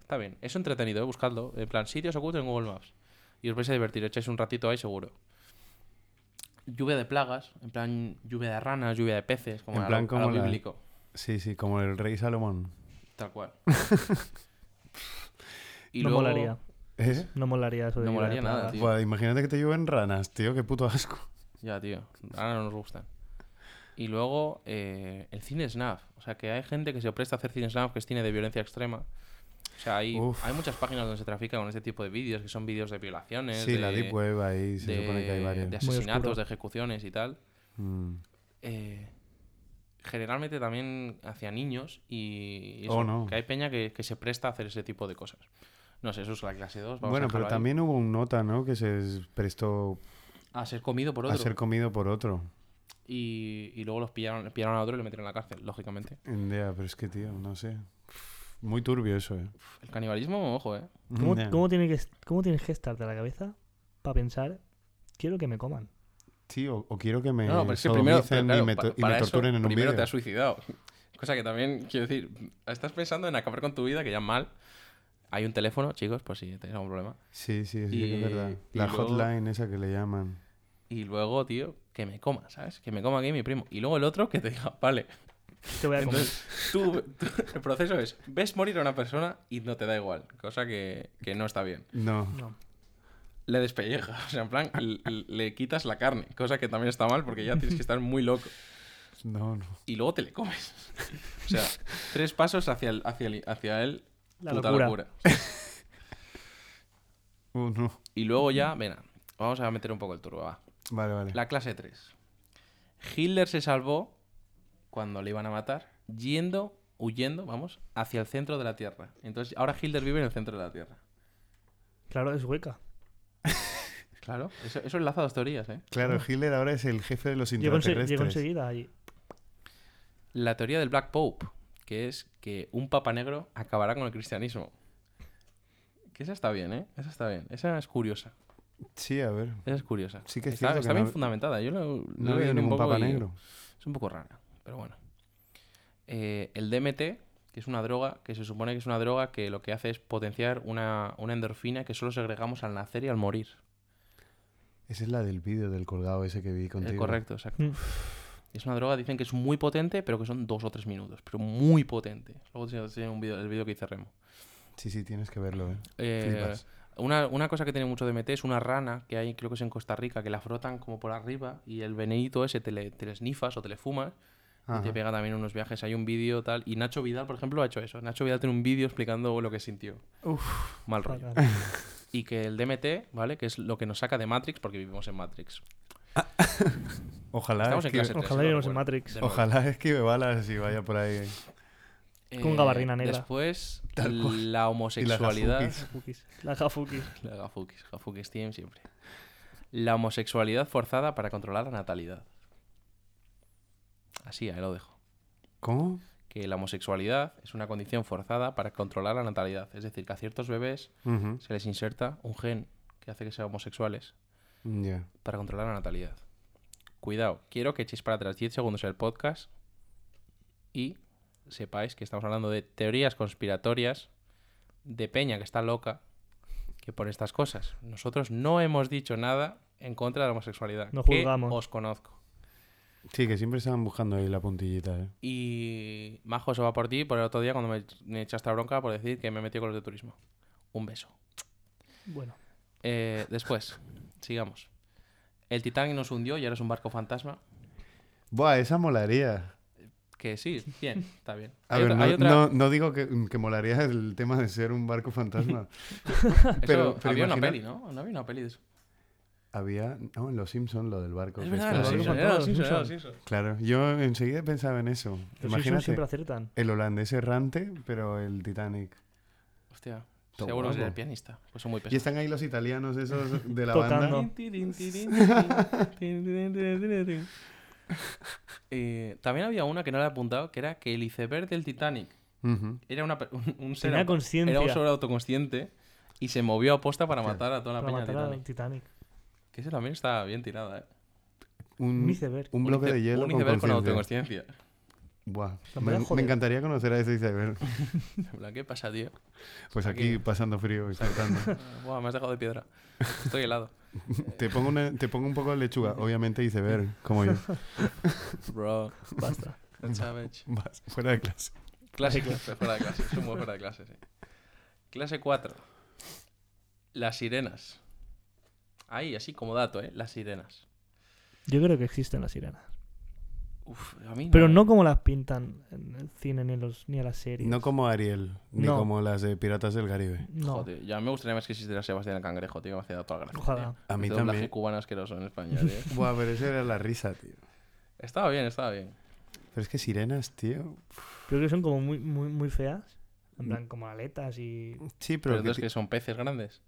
Está bien, es entretenido, ¿eh? buscadlo. En plan, sitios ocultos en Google Maps. Y os vais a divertir, echáis un ratito ahí seguro. Lluvia de plagas, en plan lluvia de ranas, lluvia de peces, como, En a lo- plan a lo como la- bíblico, Sí, sí, como el rey Salomón. tal [laughs] cual. no molaría. ¿Eh? No molaría eso de No lluvia de molaría nada, plagas. tío. Buah, imagínate que te llueven ranas, tío, qué puto asco. Ya, tío. Ahora no nos gustan. Y luego eh, el cine snap. O sea, que hay gente que se presta a hacer cine snap, que es cine de violencia extrema. O sea, hay, Uf. hay muchas páginas donde se trafica con este tipo de vídeos, que son vídeos de violaciones, Sí, de, la Deep Web ahí se de- supone que hay varios. de oscuro. asesinatos, de ejecuciones y tal. Mm. Eh, generalmente también hacia niños y, y eso, Oh, no. que hay peña que, que se presta a hacer ese tipo de cosas. No sé, eso es la clase 2. vamos a Bueno, dejarlo pero ahí. también hubo un nota, ¿no? Que se es- prestó A ser comido por a otro. ser comido por otro. Y, y luego los pillaron, pillaron a otro y lo metieron en la cárcel, lógicamente. Ya, pero es que, tío, no sé. Muy turbio eso, ¿eh? El canibalismo, ojo, ¿eh? ¿Cómo, Ya. cómo tiene que, ¿Cómo tienes que estarte a la cabeza para pensar, quiero que me coman? Sí, o, o quiero que me No, no, pero es que primero. pero sodomicen claro, y me, pa- to- y me para eso, torturen en un primero te vídeo. has suicidado. [laughs] Cosa que también, quiero decir, estás pensando en acabar con tu vida, que ya mal. Hay un teléfono, chicos, por si tenéis algún problema. Sí, sí, sí, Y- que es verdad. y La luego- hotline esa que le llaman. Y luego, tío, que me coma, ¿sabes? Que me coma aquí mi primo. Y luego el otro que te diga, [laughs] vale. Te voy a comer. Entonces, tú, tú- el proceso es, ves morir a una persona y no te da igual. Cosa que, que no está bien. No. No. Le despelleja, [laughs] o sea, en plan, l- l- le quitas la carne. Cosa que también está mal porque ya tienes que estar muy loco. No, no. y luego te le comes. [laughs] O [laughs] sea, tres pasos hacia el, hacia el, hacia el La locura. Uh, no. Y luego ya, venga, vamos a meter un poco el turbo, va. Vale, vale. La clase 3. Hitler se salvó cuando le iban a matar, yendo, huyendo, vamos, hacia el centro de la Tierra. Entonces, ahora Hitler vive en el centro de la Tierra. Claro, es hueca. Claro, eso, eso enlaza dos teorías, ¿eh? Claro, Hitler ahora es el jefe de los Llego, ense- intraterrestres. llego enseguida allí. La teoría del Black Pope, que es que un papa negro acabará con el cristianismo. Que esa está bien, ¿eh? Esa está bien. Esa es curiosa. Sí, a ver. Esa es curiosa. Sí que es está cierto que está no bien hab- fundamentada. Yo lo, lo No he había leído un ningún poco papa y negro. Es un poco rara, pero bueno. Eh, el DMT, que es una droga, que se supone que es una droga que lo que hace es potenciar una, una endorfina que solo segregamos al nacer y al morir. Esa es la del vídeo del colgado ese que vi contigo. Es Eh, correcto, exacto. Mm. Es una droga, dicen que es muy potente, pero que son dos o tres minutos. Pero muy potente. Luego te enseño un vídeo- el vídeo que hice Remo. Sí, sí, tienes que verlo, ¿eh? Eh, Flipas. Una, una cosa que tiene mucho DMT es una rana que hay, creo que es en Costa Rica, que la frotan como por arriba y el venenito ese te le, te le snifas o te le fumas y te Ajá. pega también unos viajes. Hay un vídeo tal. Y Nacho Vidal, por ejemplo, ha hecho eso. Nacho Vidal tiene un vídeo explicando lo que sintió. Mal rollo. Fatal. Y que el DMT, ¿vale? Que es lo que nos saca de Matrix porque vivimos en Matrix. Ah, Ojalá. Estamos en esquive- clase tres, Ojalá si no vivamos en recuerdo. Matrix. De nuevo. Ojalá esquive balas y vaya por ahí. eh. Con gabarrina negra. Eh, Después, Tal cual. la homosexualidad. gafukis. Jafukis. La Jafukis. La gafukis, gafukis team siempre. La homosexualidad forzada para controlar la natalidad. Así, ahí lo dejo. ¿Cómo? que la homosexualidad es una condición forzada para controlar la natalidad. Es decir, que a ciertos bebés Ujú. se les inserta un gen que hace que sean homosexuales Ya. para controlar la natalidad. Cuidado, quiero que echéis para atrás 10 segundos el podcast y sepáis que estamos hablando de teorías conspiratorias de Peña que está loca que por estas cosas. Nosotros no hemos dicho nada en contra de la homosexualidad. No que juzgamos. Os conozco. Sí, que siempre estaban buscando ahí la puntillita, ¿eh? Y Majo, eso va por ti por el otro día cuando me, me echaste la bronca por decir que me he metido con los de turismo. Un beso. Bueno, Eh, después, sigamos. El Titanic nos hundió y ahora es un barco fantasma. Buah, esa molaría. Que sí, bien, está bien. A Hay ver, otra- no, hay otra- no- no digo que, que molaría el tema de ser un barco fantasma. eso- pero- pero había una imagina- peli, ¿no? No había una peli de eso. [laughs] Había. No, en Los Simpsons, lo del barco. Es que verdad, está los ahí. Simpsons, Los era los Simpsons. Simpsons, era los Simpsons. Claro, yo enseguida pensaba en eso. los Simpsons Imagínate, siempre aciertan. el holandés errante, pero el Titanic. Hostia, Está seguro que guapo. es el pianista. Pues son muy Y pesados. están ahí los italianos esos de la Tocando. banda. Eh, también había una que no le he apuntado, que era que el iceberg del Titanic Ujú. era una, per- un, un ser auto- Tenía era un conciencia sobre autoconsciente y se movió a posta para Hostia. matar a toda la para peña del matar al Titanic. Titanic. Que esa también está bien tirada, ¿eh? Un Un, iceberg. un bloque ice- de hielo Un con iceberg con, conciencia. autoconsciencia. Buah, Lo voy me, a me joder. encantaría conocer a [laughs] ese iceberg. En plan, ¿Qué pasa, tío? Pues Aquí. aquí pasando frío y saltando. Buah, me has dejado de piedra. Estoy helado. Te pongo, una- te pongo un poco de lechuga. Obviamente iceberg, como [laughs] yo. Bro, Basta. that's savage. Vas, fuera de clase. Clase 4, fuera de clase. Es un buen fuera de clase, sí. Clase 4. Las sirenas. Ahí, así como dato, ¿eh? Las sirenas. [laughs] Yo creo que existen las sirenas. Uf, a mí Pero no como las pintan en el cine ni, en los, ni a las series. No como Ariel, ni No. como las de Piratas del Caribe. No. Joder, ya me gustaría más que existiera Sebastián el Cangrejo, tío, que me hacía toda la gracia. Ojalá. tío. A mí Este doblaje también. cubano asqueroso en España, tío. [laughs] Buah, pero esa era la risa, tío. Estaba bien, estaba bien. Pero es que sirenas, tío. Creo que son como muy, muy, muy feas. Mm. En plan, como aletas y. Sí, Pero, pero, que entonces, ti- que son peces grandes.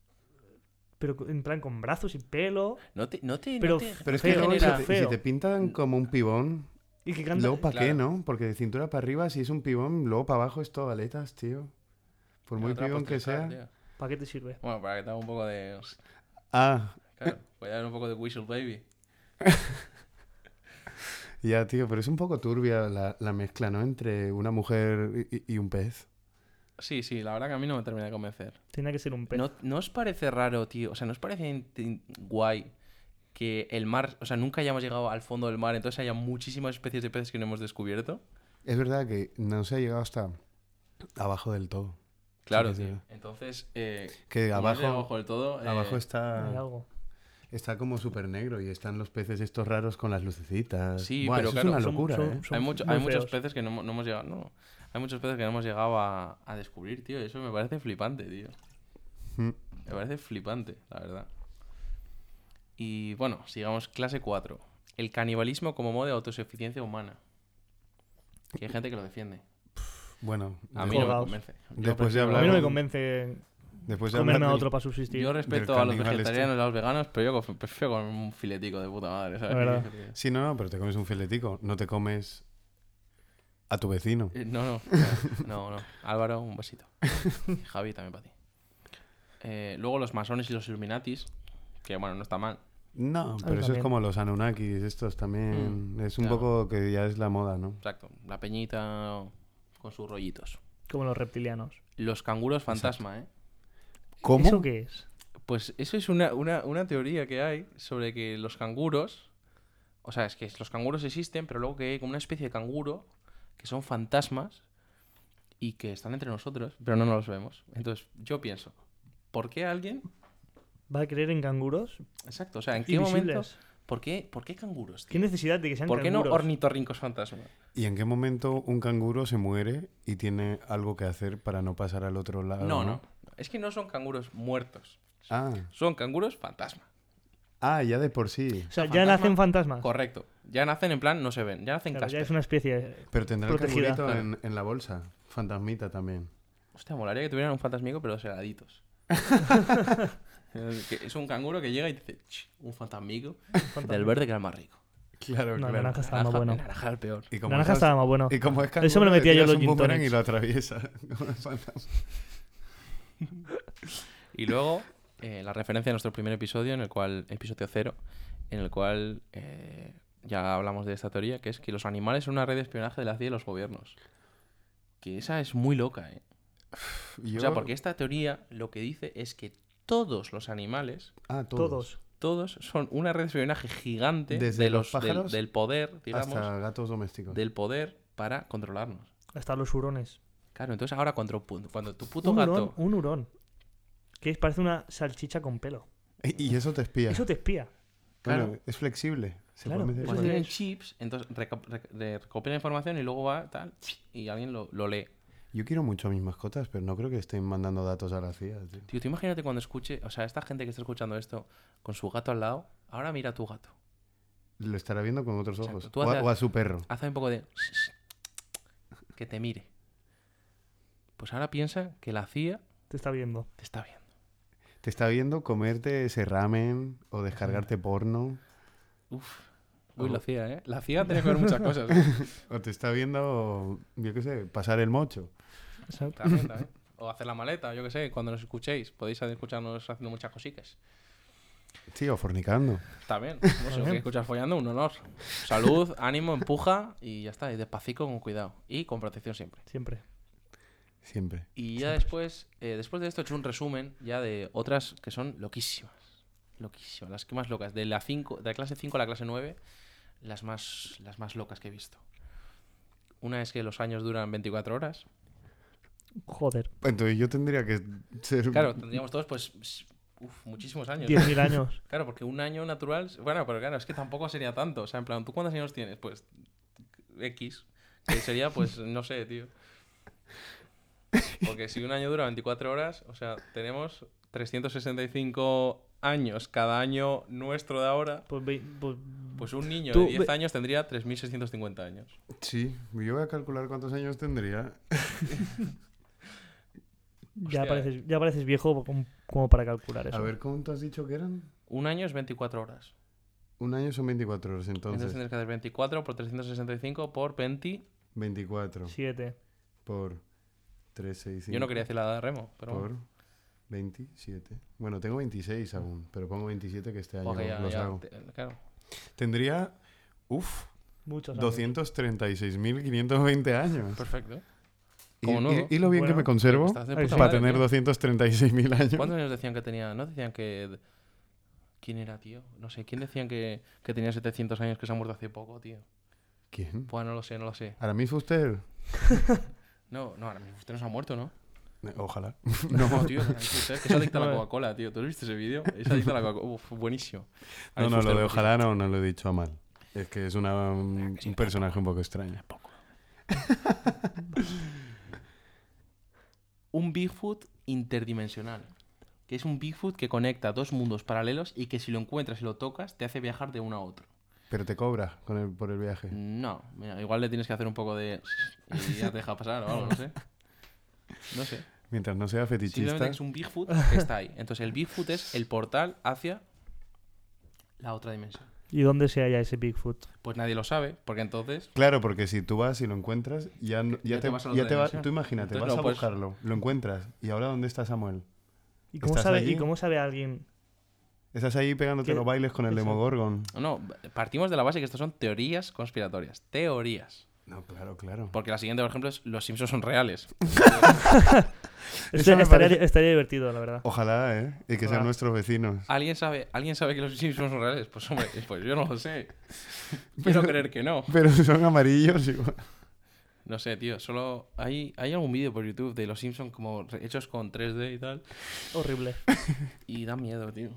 Pero en plan, con brazos y pelo. No te. No te, Pero- no te- pero es no que feo, te luego si genera- te- si, te, feo. pintan como un pibón, Y que canta. luego para qué, Claro. ¿no? Porque de cintura para arriba, si es un pibón, luego para abajo es todo aletas, tío. Por muy Otra pibón que sea. postrescar, tío. ¿Para qué te sirve? Bueno, para que te haga un poco de. Ah, [laughs] Claro, voy a dar un poco de Whistle Baby. ya, tío, pero es un poco turbia la, la mezcla, ¿no? Entre una mujer y, y- y un pez. Sí, sí, la verdad que a mí no me termina de convencer. Tenía que ser un pez. ¿No, ¿No os parece raro, tío? O sea, ¿no os parece in- in- guay que el mar, o sea, nunca hayamos llegado al fondo del mar, entonces haya muchísimas especies de peces que no hemos descubierto? Es verdad que no se ha llegado hasta abajo del todo. Claro, Sí, sí. tío. Entonces, eh, como Que es de abajo, abajo del todo. eh, abajo Hay está, algo. está como súper negro y están los peces estos raros con las lucecitas. Sí, Buah, pero eso claro, es una son- locura, son- ¿eh? son hay mucho- muy hay muchos feos. peces que no, hemo- no hemos llegado. No, hay muchos peces que no hemos llegado a, a descubrir, tío. y Eso me parece flipante, tío. Mm. Me parece flipante, la verdad. Y bueno, sigamos clase 4. El canibalismo como modo de autosuficiencia humana. Que hay gente que lo defiende. Bueno, A de- mí no me Colgaos. convence. Yo Después de prefiero- A mí hablar- no me con- convence después de comerme hablar a del- otro para subsistir. Yo respeto a los carnívales, vegetarianos y a los veganos, pero yo conf- prefiero con un filetico de puta madre, ¿sabes? La [laughs] verdad. Sí, no, no, pero te comes un filetico, no te comes a tu vecino. Eh, No, no. [laughs] No, no. Álvaro, un besito. Javi, también para ti. Eh, luego los masones y los illuminatis, que bueno, no está mal. No, pero eso es también. como los Anunnakis, estos también. es un Mm, claro. poco que ya es la moda, ¿no? Exacto. La peñita con sus rollitos. Como los reptilianos. Los canguros fantasma, ¿eh? ¿Cómo? ¿Eso qué es? Pues eso es una, una- una teoría que hay sobre que los canguros. O sea, es que los canguros existen, pero luego que hay como una especie de canguro que son fantasmas y que están entre nosotros, pero no nos los vemos. Entonces, yo pienso, ¿por qué alguien. ¿Va a creer en canguros? Exacto, o sea, ¿en qué Invisibles. momento. ¿Por qué, por qué canguros? ¿Qué tío? necesidad de que sean ¿Por qué no canguros? ornitorrincos fantasma? ¿Y en qué momento un canguro se muere y tiene algo que hacer para no pasar al otro lado? No, no. Es que no son canguros muertos. Ah, Son canguros fantasma. ah, ya de por sí. O sea, ya fantasma- nacen fantasmas. Correcto. Ya nacen en plan, no se ven. Ya nacen Ah. Claro, ya Casper. es [laughs] una especie. eh, Pero tendrá el Protegida. cangurito en, en la bolsa. Fantasmita también. Hostia, molaría que tuvieran un fantasmico, pero dos heladitos. [laughs] Que es un canguro que llega y te dice, "Ch, un fantasmico del verde que era el más rico. Claro, No, claro. naranja estaba más Naranja- bueno. el naranja era el peor. Y como Naranja esas- estaba más bueno. Y como es Eso me lo canguro, le metía yo en tiras los un gin boomerang tonics. y lo atraviesa. [laughs] con el fantasma. Y luego, eh, la referencia a nuestro primer episodio, en el cual, episodio cero, en el cual eh, ya hablamos de esta teoría, que es que los animales son una red de espionaje de la CIA y los gobiernos. Que esa es muy loca, ¿eh? Yo- O sea, porque esta teoría lo que dice es que todos los animales, Ah, todos. Todos. todos son una red de espionaje gigante Desde de los del- pájaros del, poder, digamos, Hasta gatos domésticos. del poder para controlarnos. Hasta los hurones. Claro, entonces ahora cuando, pu- cuando tu puto Un hurón, gato... un hurón. Que es- parece una salchicha con pelo. Y y eso te espía. Eso te espía. Bueno, claro. es flexible. Se Claro, puede meter- eso Cuando sí tienen es. Pues chips, entonces reco- rec- de- recopila información y luego va tal y alguien lo, lo lee. Yo quiero mucho a mis mascotas, pero no creo que estén mandando datos a la CIA. tío. Tío, tú imagínate cuando escuche, o sea, esta gente que está escuchando esto con su gato al lado, ahora mira a tu gato. Lo estará viendo con otros Exacto. ojos. Tú O a, haces- o a su perro. Hace un poco de [sniffs] que te mire. Pues ahora piensa que la CIA Te está viendo. te está viendo. Te está viendo comerte ese ramen o descargarte porno. Uf. Uy, Ojo. la CIA, ¿eh? La CIA tiene que ver muchas cosas. ¿eh? O te está viendo, yo qué sé, pasar el mocho. [laughs] Exacto. También, también. O hacer la maleta, yo qué sé, cuando nos escuchéis. Podéis escucharnos haciendo muchas cositas. Sí, o fornicando. También. No sé, que escuchar follando, un honor. Salud, ánimo, empuja y ya está. Y despacito, con cuidado. Y con protección siempre. Siempre. Siempre. Y ya después, eh, después de esto he hecho un resumen ya de otras que son loquísimas. Loquísimas, las que más locas. De la, cinco, de la clase 5 a la clase 9, las más, las más locas que he visto. Una es que los años duran 24 horas. Joder. Entonces yo tendría que ser... Claro, tendríamos todos pues s- uf, muchísimos años. 10.000 años. [laughs] Claro, porque un año natural. Bueno, pero claro, es que tampoco sería tanto. O sea, en plan, ¿tú cuántos años tienes? Pues. X. Que sería, pues, no sé, tío. Porque si un año dura 24 horas, o sea, tenemos 365 años cada año nuestro de ahora. Pues, ve- pues- Pues un niño Tú de 10 ve- años tendría 3.650 años. Sí, yo voy a calcular cuántos años tendría. Hostia, ya, pareces, ya pareces viejo como, como para calcular eso. A ver, ¿cuánto has dicho que eran? Un año es 24 horas. Un año son 24 horas, Entonces entonces. tendrías que hacer 24 por 365 por 20. 24 Siete. por 3, 6, 5. Yo no quería decir la edad de Remo, pero. bueno. Por 27. Bueno, tengo 26 aún, pero pongo 27 que este año Ojo, ya- los ya hago. te- claro. Tendría, uff, Muchos. años. 236.520 años. Perfecto. Y, Como y- nuevo. y lo bien que Bueno, me conservo Estás de Ahí puta sí. para madre, tener tío. 236.000 años. ¿Cuántos años decían que tenía? ¿No decían que.? ¿Quién era, tío? No sé, ¿quién decían que, que tenía 700 años que se ha muerto hace poco, tío? ¿Quién? Pues no lo sé, no lo sé. Aramis Fuster. No, no, ahora mismo usted no se ha muerto, [laughs] ¿no? Ojalá. No, tío, ahora mismo usted, que se adicta a [laughs] la Vale. Coca-Cola, tío. ¿Tú has visto ese vídeo? Es adicta a la Coca-Cola. Uf, buenísimo. A No, mí no, Fuster, lo de buenísimo. ojalá no, no lo he dicho a mal. Es que es Ah, una, un, un personaje un poco extraño. Un Bigfoot interdimensional. Que es un Bigfoot que conecta dos mundos paralelos y que si lo encuentras y lo tocas, te hace viajar de uno a otro. Pero te cobra con el, por el viaje. No, mira, igual le tienes que hacer un poco de. y ya te deja pasar o algo, [laughs] no sé. No sé. Mientras no sea fetichista. Simplemente es un Bigfoot que está ahí. Entonces el Bigfoot es el portal hacia la otra dimensión. ¿Y dónde se halla ese Bigfoot? Pues nadie lo sabe, porque entonces. Claro, porque si tú vas y lo encuentras, ya, no- Ya ya, te te, vas a la ya otra te va- dimensión. Tú imagínate, Entonces vas no a puedes- buscarlo, lo encuentras. ¿Y ahora dónde está Samuel? ¿Y cómo, ¿Estás sabe, allí? ¿Y cómo sabe alguien? Estás ahí pegándote ¿Qué? los bailes con el Exacto. Demogorgon. No, partimos de la base que estas son teorías conspiratorias. Teorías. No, claro, claro. Porque la siguiente, por ejemplo, es los Simpsons son reales. Eso Este- me estaría, parece- estaría divertido, la verdad. Ojalá, ¿eh? Y que sean Ojalá. nuestros vecinos. [laughs] ¿Alguien sabe, ¿Alguien sabe que los Simpsons son reales? Pues hombre, pues yo no lo sé. Quiero creer que no. Pero son amarillos igual. No sé, tío, solo hay, hay algún vídeo por YouTube de los Simpsons como re- hechos con 3D y tal. Oh. Horrible. Y da miedo, tío.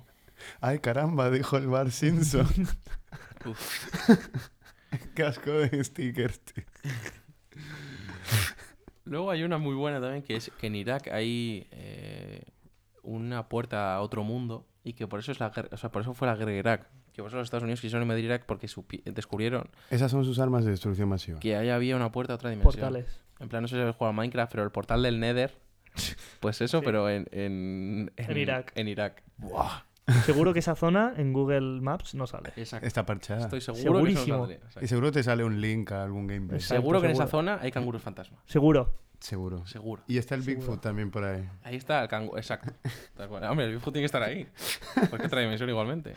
Ay, caramba, dijo el Bar Simpson. Uf. Casco de stickers, tío. Luego hay una muy buena también que es que en Irak hay eh, una puerta a otro mundo y que por eso es la guerra- o sea, por eso fue la guerra de Irak. Que por eso los Estados Unidos quisieron invadir Irak porque supi- descubrieron Esas son sus armas de destrucción masiva. que ahí había una puerta a otra dimensión. Portales. En plan, no sé si habéis jugado a Minecraft, pero el [laughs] portal del Nether. Pues eso, Sí. pero en, en, En Irak. En Irak. Seguro que esa zona en Google Maps no sale. Exacto. Está parchada. Ah, Estoy seguro que eso Segurísimo. no saldría, exacto. Y seguro te sale un link a algún gameplay. Exacto. Seguro que en esa seguro. zona hay canguros fantasma. Seguro. Seguro. Seguro. Y está el Seguro. Bigfoot también por ahí. Ahí está el canguro. [laughs] Exacto. Tal cual. Hombre, el Bigfoot tiene que estar ahí. Porque otra dimensión [laughs] igualmente.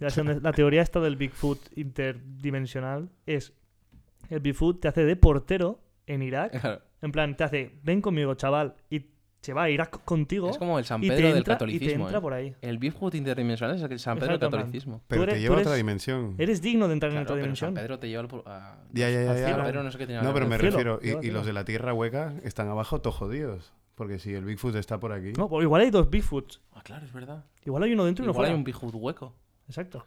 Ya sé dónde- La teoría esta del Bigfoot interdimensional es el Bigfoot te hace de portero en Irak. Claro. En plan, te hace, ven conmigo, chaval, y se va a Irak contigo. Es como el San y Pedro te del entra, Y te catolicismo. entra ¿eh? por ahí. El Bigfoot interdimensional es el San Pedro del Exacto, en plan. catolicismo. Pero eres- te tú lleva a otra eres- dimensión. Eres digno de entrar en Claro, otra pero dimensión. San Pedro te lleva al pu- a- Ya, ya, ya. Al ya. cielo. San Pedro no sé qué tiene No, pero me Al cielo, refiero. lleva al Y, y cielo. los de la tierra hueca están abajo, todos jodidos. Porque si el Bigfoot está por aquí. No, pues igual hay dos Bigfoots. Ah, claro, es verdad. Igual hay uno dentro y uno Igual hay fuera. un Bigfoot hueco. Exacto.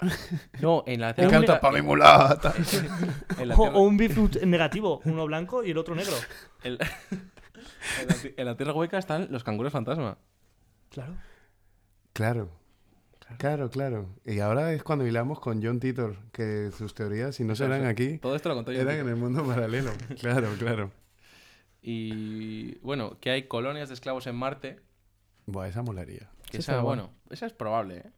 No, en [laughs] la ¡Me tierra. encanta pa' mi mulata! en la O, tierra- [laughs] o un Bigfoot negativo, uno blanco y el [laughs] otro negro. en la- en la ti- en la tierra hueca están los canguros fantasma. Claro. Claro. Claro, claro. Y ahora es cuando hilamos con John Titor, que sus teorías, si no se Pues eran aquí, Todo esto lo conté yo. eran en el mundo paralelo. Claro, claro. Y bueno, que hay colonias de esclavos en Marte. Buah, esa molaría. Que Sí, esa, está bueno, esa es probable, ¿eh?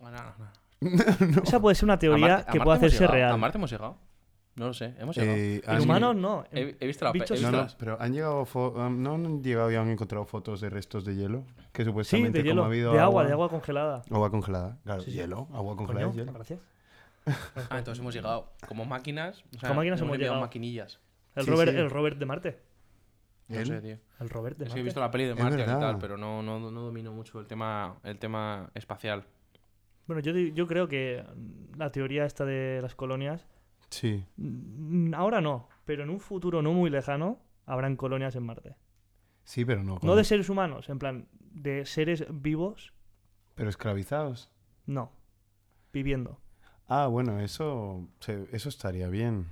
Ah, no, no, no. Esa puede ser una teoría A Marte- a que Marte pueda hemos hacerse llegado. real. A Marte hemos llegado. No lo sé, hemos llegado. Eh, En han- humanos no. En- He, he visto la pe- he bichos- visto No, no, las- pero han llegado fo- um, no han llegado y han encontrado fotos de restos de hielo, que Sí, supuestamente como de hielo. ha habido de agua, de agua congelada. Agua congelada. Claro, Sí, sí. hielo, agua congelada, Coño, es hielo. gracias. Ah, entonces hemos llegado como máquinas. O sea, Como máquinas hemos enviado llegado. maquinillas. El, Sí, Robert, sí. el Robert de Marte. No ¿El? sé, tío. El Robert de Es Marte. que he visto la peli de Es Marte y verdad. tal, pero no, no, no domino mucho el tema, el tema espacial. Bueno, yo, di- yo creo que mm, la teoría esta de las colonias, Sí. mm, ahora no, pero en un futuro no muy lejano habrán colonias en Marte. Sí, pero no. No como- de seres humanos, en plan, de seres vivos, Pero esclavizados. no. Viviendo. Ah, bueno, eso, se- eso estaría bien.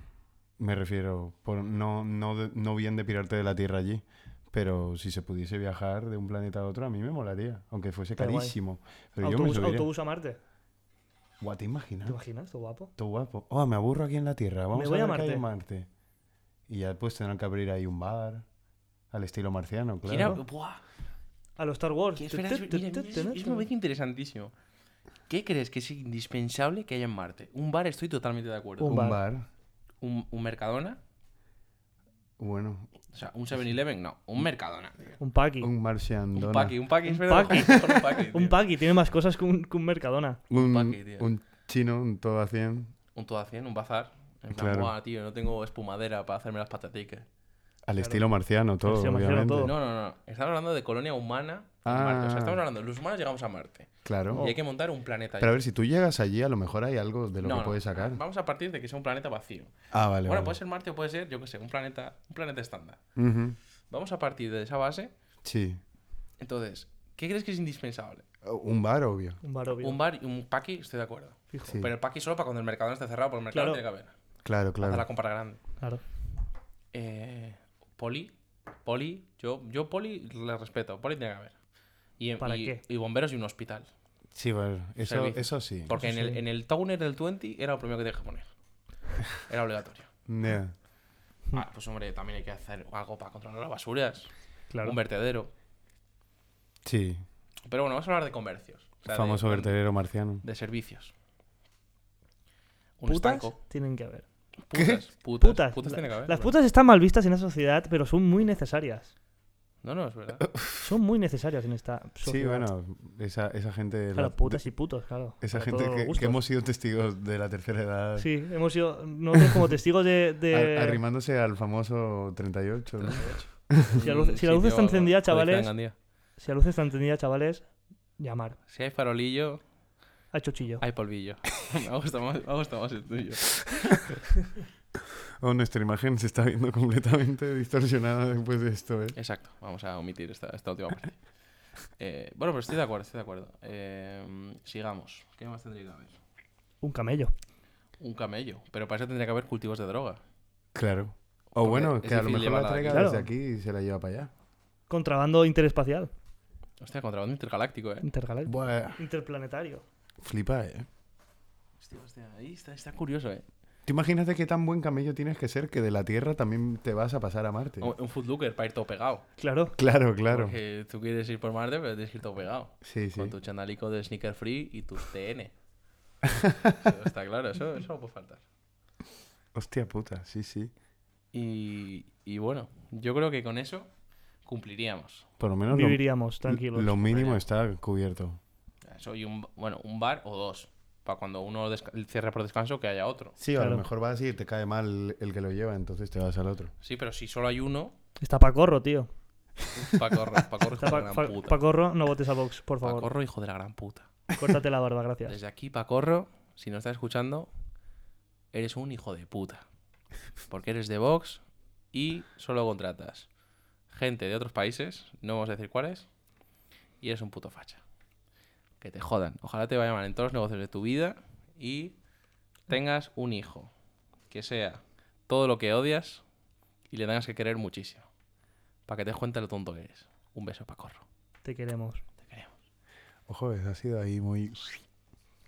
Me refiero, por, no, no, de- no bien de pirarte de la Tierra allí, pero si se pudiese viajar de un planeta a otro, a mí me molaría, aunque fuese Está guay. carísimo. Pero Autobús, yo me subiría. autobús a Marte. Guau, ¿te ¿Te imaginas? imaginas? Qué guapo. Todo guapo. Oh, me aburro aquí en la Tierra. Vamos Me voy a a ver qué hay en Marte. Y ya pues tendrán que abrir ahí un bar al estilo marciano, claro. Mira, buah, A los Star Wars. que es verdad, es- mira, mira, es- es un momento interesantísimo. ¿Qué crees que es indispensable que haya en Marte? Un bar, estoy totalmente de acuerdo. Un Un bar. bar. Un, un Mercadona, Bueno, o sea, un 7-Eleven, no, un Mercadona. tío. Un paqui. Un, un marcian Un donut. paqui, un paqui, es Un verdad. paqui. mejor [laughs] un paqui. tío. paqui tiene más cosas que un, que un Mercadona. Un, paqui, tío. un chino, un todo a 100. Un todo a 100, un bazar. En plan, Claro. "Buah, tío, no tengo espumadera para hacerme las pataticas. Al estilo marciano, todo, estilo marciano, obviamente. todo. No, no, no. Estamos hablando de colonia humana en Ah. Marte. O sea, estamos hablando, los humanos llegamos a Marte. Claro. Y hay que montar un planeta. ahí. Pero a ver, si tú llegas allí, a lo mejor hay algo de lo No, que no, puedes sacar. Vamos a partir de que sea un planeta vacío. Ah, vale. bueno, vale. puede ser Marte o puede ser, yo qué sé, un planeta, un planeta estándar. Ujú. Vamos a partir de esa base. Sí. Entonces, ¿qué crees que es indispensable? Un bar, obvio. Un bar obvio. Un bar y un paqui, estoy de acuerdo. Fijo. Sí. Pero el paqui solo para cuando el mercado no esté cerrado, porque el mercado Claro. tiene que haber. Haz Claro, claro. la compra grande. Claro. Eh, poli, poli, yo, yo poli le respeto, poli tiene que haber. Y, ¿Para y- qué? y bomberos y un hospital. Sí, bueno, eso, Servicio. eso sí. Porque en, sí. el, en el Towner del 20 era lo primero que tenías que poner. Era obligatorio. Yeah. Ah, pues hombre, también hay que hacer algo para controlar las basuras. Claro. Un vertedero. Sí. Pero bueno, vamos a hablar de comercios. O sea, de- Famoso de, vertedero marciano. De servicios. Un Putas estanco. tienen que haber. Putas, putas. Putas. Putas La- tiene que haber. Las ¿no? putas están mal vistas en la sociedad, pero son muy necesarias. No, no, es verdad. Son muy necesarias en esta sociedad. Sí, bueno, esa, esa gente. de Claro, la- putas y putos, claro. Esa para gente todos los que, que gustos. hemos sido testigos de la tercera edad. Sí, hemos sido nosotros como testigos de... de- a- Arrimándose al famoso 38. ¿no? [laughs] Si la luz- Un si la luz sitio está encendida, donde- donde chavales. tengan día. Si la luz está encendida, chavales, llamar. Si hay farolillo, A Chochillo. hay polvillo. [laughs] me, ha gustado más, me ha gustado más el tuyo. Oh, nuestra imagen se está viendo completamente distorsionada después de esto, ¿eh? Exacto, vamos a omitir esta, esta última [laughs] parte. Eh, bueno, pero estoy de acuerdo, estoy de acuerdo. Eh, sigamos. ¿Qué más tendría que haber? Un camello. Un camello. Pero para eso tendría que haber cultivos de droga. Claro. O Porque bueno, es que a lo difícil mejor llevarla de la traiga aquí. desde Claro. aquí y se la lleva para allá. Contrabando interespacial. Hostia, contrabando intergaláctico, eh. Intergaláctico. Buah, Interplanetario. flipa, ¿eh? Hostia, hostia, ahí está, está curioso, eh. ¿Tú imagínate qué tan buen camello tienes que ser que de la Tierra también te vas a pasar a Marte? O- Un footlooker para ir todo pegado. Claro. Claro, claro. Porque tú quieres ir por Marte, pero tienes que ir todo pegado. Sí, sí. Con tu chandalico de sneaker free y tus [laughs] TN. Eso está claro, eso, eso no puede faltar. Hostia puta, sí, sí. Y, y bueno, yo creo que con eso cumpliríamos. Por lo menos lo- Viviríamos tranquilos. lo mínimo está cubierto. Eso y un, bueno, un bar o dos. Para cuando uno desca- cierre por descanso, que haya otro. Sí, a Claro. lo mejor vas y te cae mal el que lo lleva, entonces te vas al otro. Sí, pero si solo hay uno, Está Pacorro, tío. Pacorro, Pacorro, hijo Está de Pues la Pa- gran [laughs] Pa- puta. Pacorro, no votes a Vox, por favor. Pacorro, hijo de la gran puta. Córtate la barba, [laughs] gracias. Desde aquí, Pacorro, si nos estás escuchando, eres un hijo de puta. Porque eres de Vox y solo contratas gente de otros países, no vamos a decir cuáles, y eres un puto facha. Que te jodan. Ojalá te vaya mal en todos los negocios de tu vida y tengas un hijo que sea todo lo que odias y le tengas que querer muchísimo. Para que te des cuenta lo tonto que eres. Un beso, Pacorro. Te queremos. Te queremos. Ojo, ha sido ahí muy...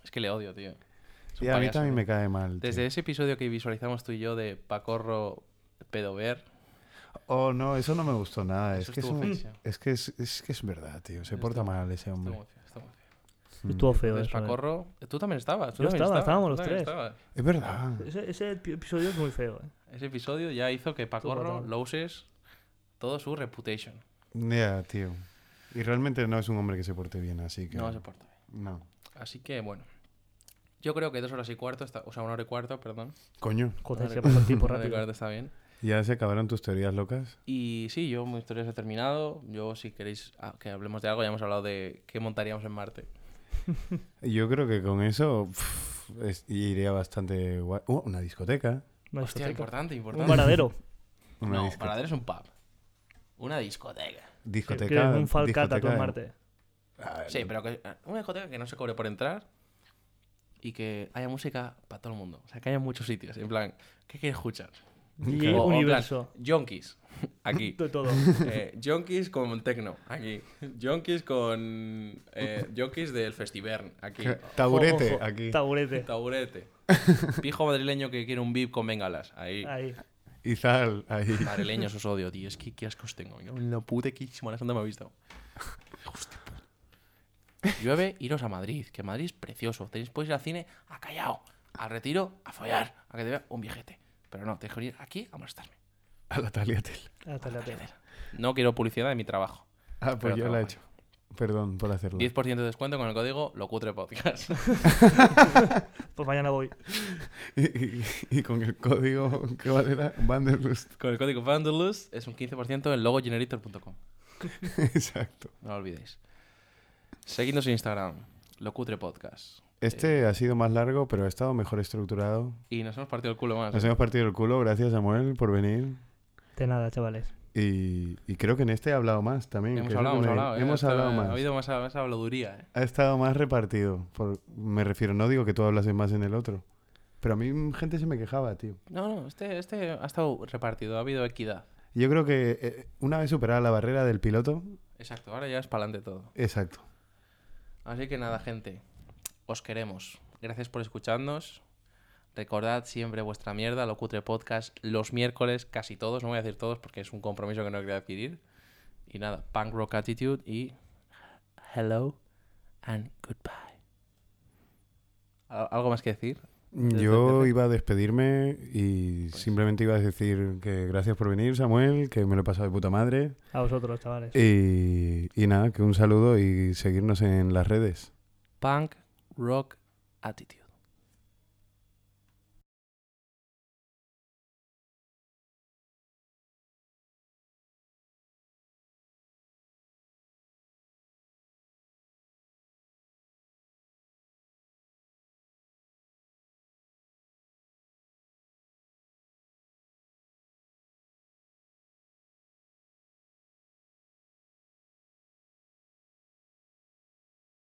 Es que le odio, tío. Es un Y a mí payaso, también tío. me cae mal. tío. Desde ese episodio que visualizamos tú y yo de Pacorro Pedover, Oh, no, eso no me gustó nada. Eso Es que es, estuvo un- feísimo. es que es, es que es verdad, tío. Se Estuvo- porta mal ese estuvo hombre. muy feo, estuvo muy feo. Estuvo feo Entonces, eso. eh. Pacorro, tú también estabas. Tú Yo también estabas, estaba, estábamos tú los también tres. estabas. Es verdad. Ese, ese epi- episodio es muy feo. eh. Ese episodio ya hizo que Pacorro fatal. lo uses todo su reputation. Ya, tío. Y realmente no es un hombre que se porte bien, así que... No se porta bien. No. Así que bueno. Yo creo que dos horas y cuarto, está- o sea, una hora y cuarto, perdón. Coño, Joder, Una se hora y- pasa el [laughs] tiempo una hora y rápido. cuarto está bien. ¿ya se acabaron tus teorías locas? Y sí, yo mi historia se ha terminado. Yo, si queréis ah, que hablemos de algo, ya hemos hablado de qué montaríamos en Marte. Yo creo que con eso pff, es- iría bastante guay. Uh, una discoteca. Una Hostia, discoteca. importante, Un importante. varadero. Una no, disco- paradero es un pub. Una discoteca. Que- discoteca. que Un falcata discoteca tú en de- Marte. Ah, Sí, pero que eh, una discoteca que no se cobre por entrar y que haya música para todo el mundo. O sea, que haya muchos sitios. En plan, ¿qué quieres escuchar? O- Y o en plan, universo. Yonkis, aquí. [laughs] De todo. Eh, yonkis con techno, aquí. Yonkis con. Eh, yonkis del Festivern, aquí. Que- Taburete, Ojo, ojo, aquí. Taburete. Taburete. Pijo madrileño que quiere un VIP con bengalas, ahí. Ahí. Y Zal, ahí. Madrileños os odio, tío. Es que qué ascos tengo. Mira, la puta que Semana Santa me ha visto. Hijos de puta. Llueve, iros a Madrid, que Madrid es precioso. Tenéis, podéis ir al cine a Callao, al retiro, a follar, a que te vea un viejete. Pero no, tenéis que venir aquí a molestarme. A la Taliatel. Hasta la tele. No quiero publicidad de mi trabajo. Ah, pues Pero yo la he trabaja. hecho. Perdón por hacerlo. 10% de descuento con el código LOCUTREPODCAST. Pues mañana voy. Y, y- y con el código, ¿qué cuál era? Vanderlust. [laughs] con el código VANDERLUS es un 15% en logogenerator.com. [laughs] Exacto. No lo olvidéis. Seguidnos en Instagram, LOCUTREPODCAST. Este ha sido más largo, pero ha estado mejor estructurado. Y nos hemos partido el culo más. Nos ¿eh? hemos partido el culo. Gracias, Samuel, por venir. De nada, chavales. Y, y creo que en este he hablado más también. que Hemos es lo hablado, que hemos me- hablado. ¿eh? hemos Esto- hablado más. Ha habido más, más habladuría, ¿eh? Ha estado más repartido. por- Me refiero, no digo que tú hablases más en el otro. Pero a mí mm, gente se me quejaba, tío. No, no, este, este ha estado repartido, ha habido equidad. Yo creo que eh, una vez superada la barrera del piloto, Exacto, ahora ya es para adelante todo. exacto. Así que nada, gente, os queremos. Gracias por escucharnos. Recordad siempre vuestra mierda, lo cutre podcast, los miércoles, casi todos, no voy a decir todos porque es un compromiso que no quería adquirir. Y nada, punk rock attitude y hello and goodbye. ¿Al- ¿Algo más que decir? Desde- Yo desde- iba a despedirme y simplemente iba a decir que gracias por venir, Samuel, que me lo he pasado de puta madre. A vosotros, chavales. Y, y nada, que un saludo y seguirnos en las redes. Punk rock attitude.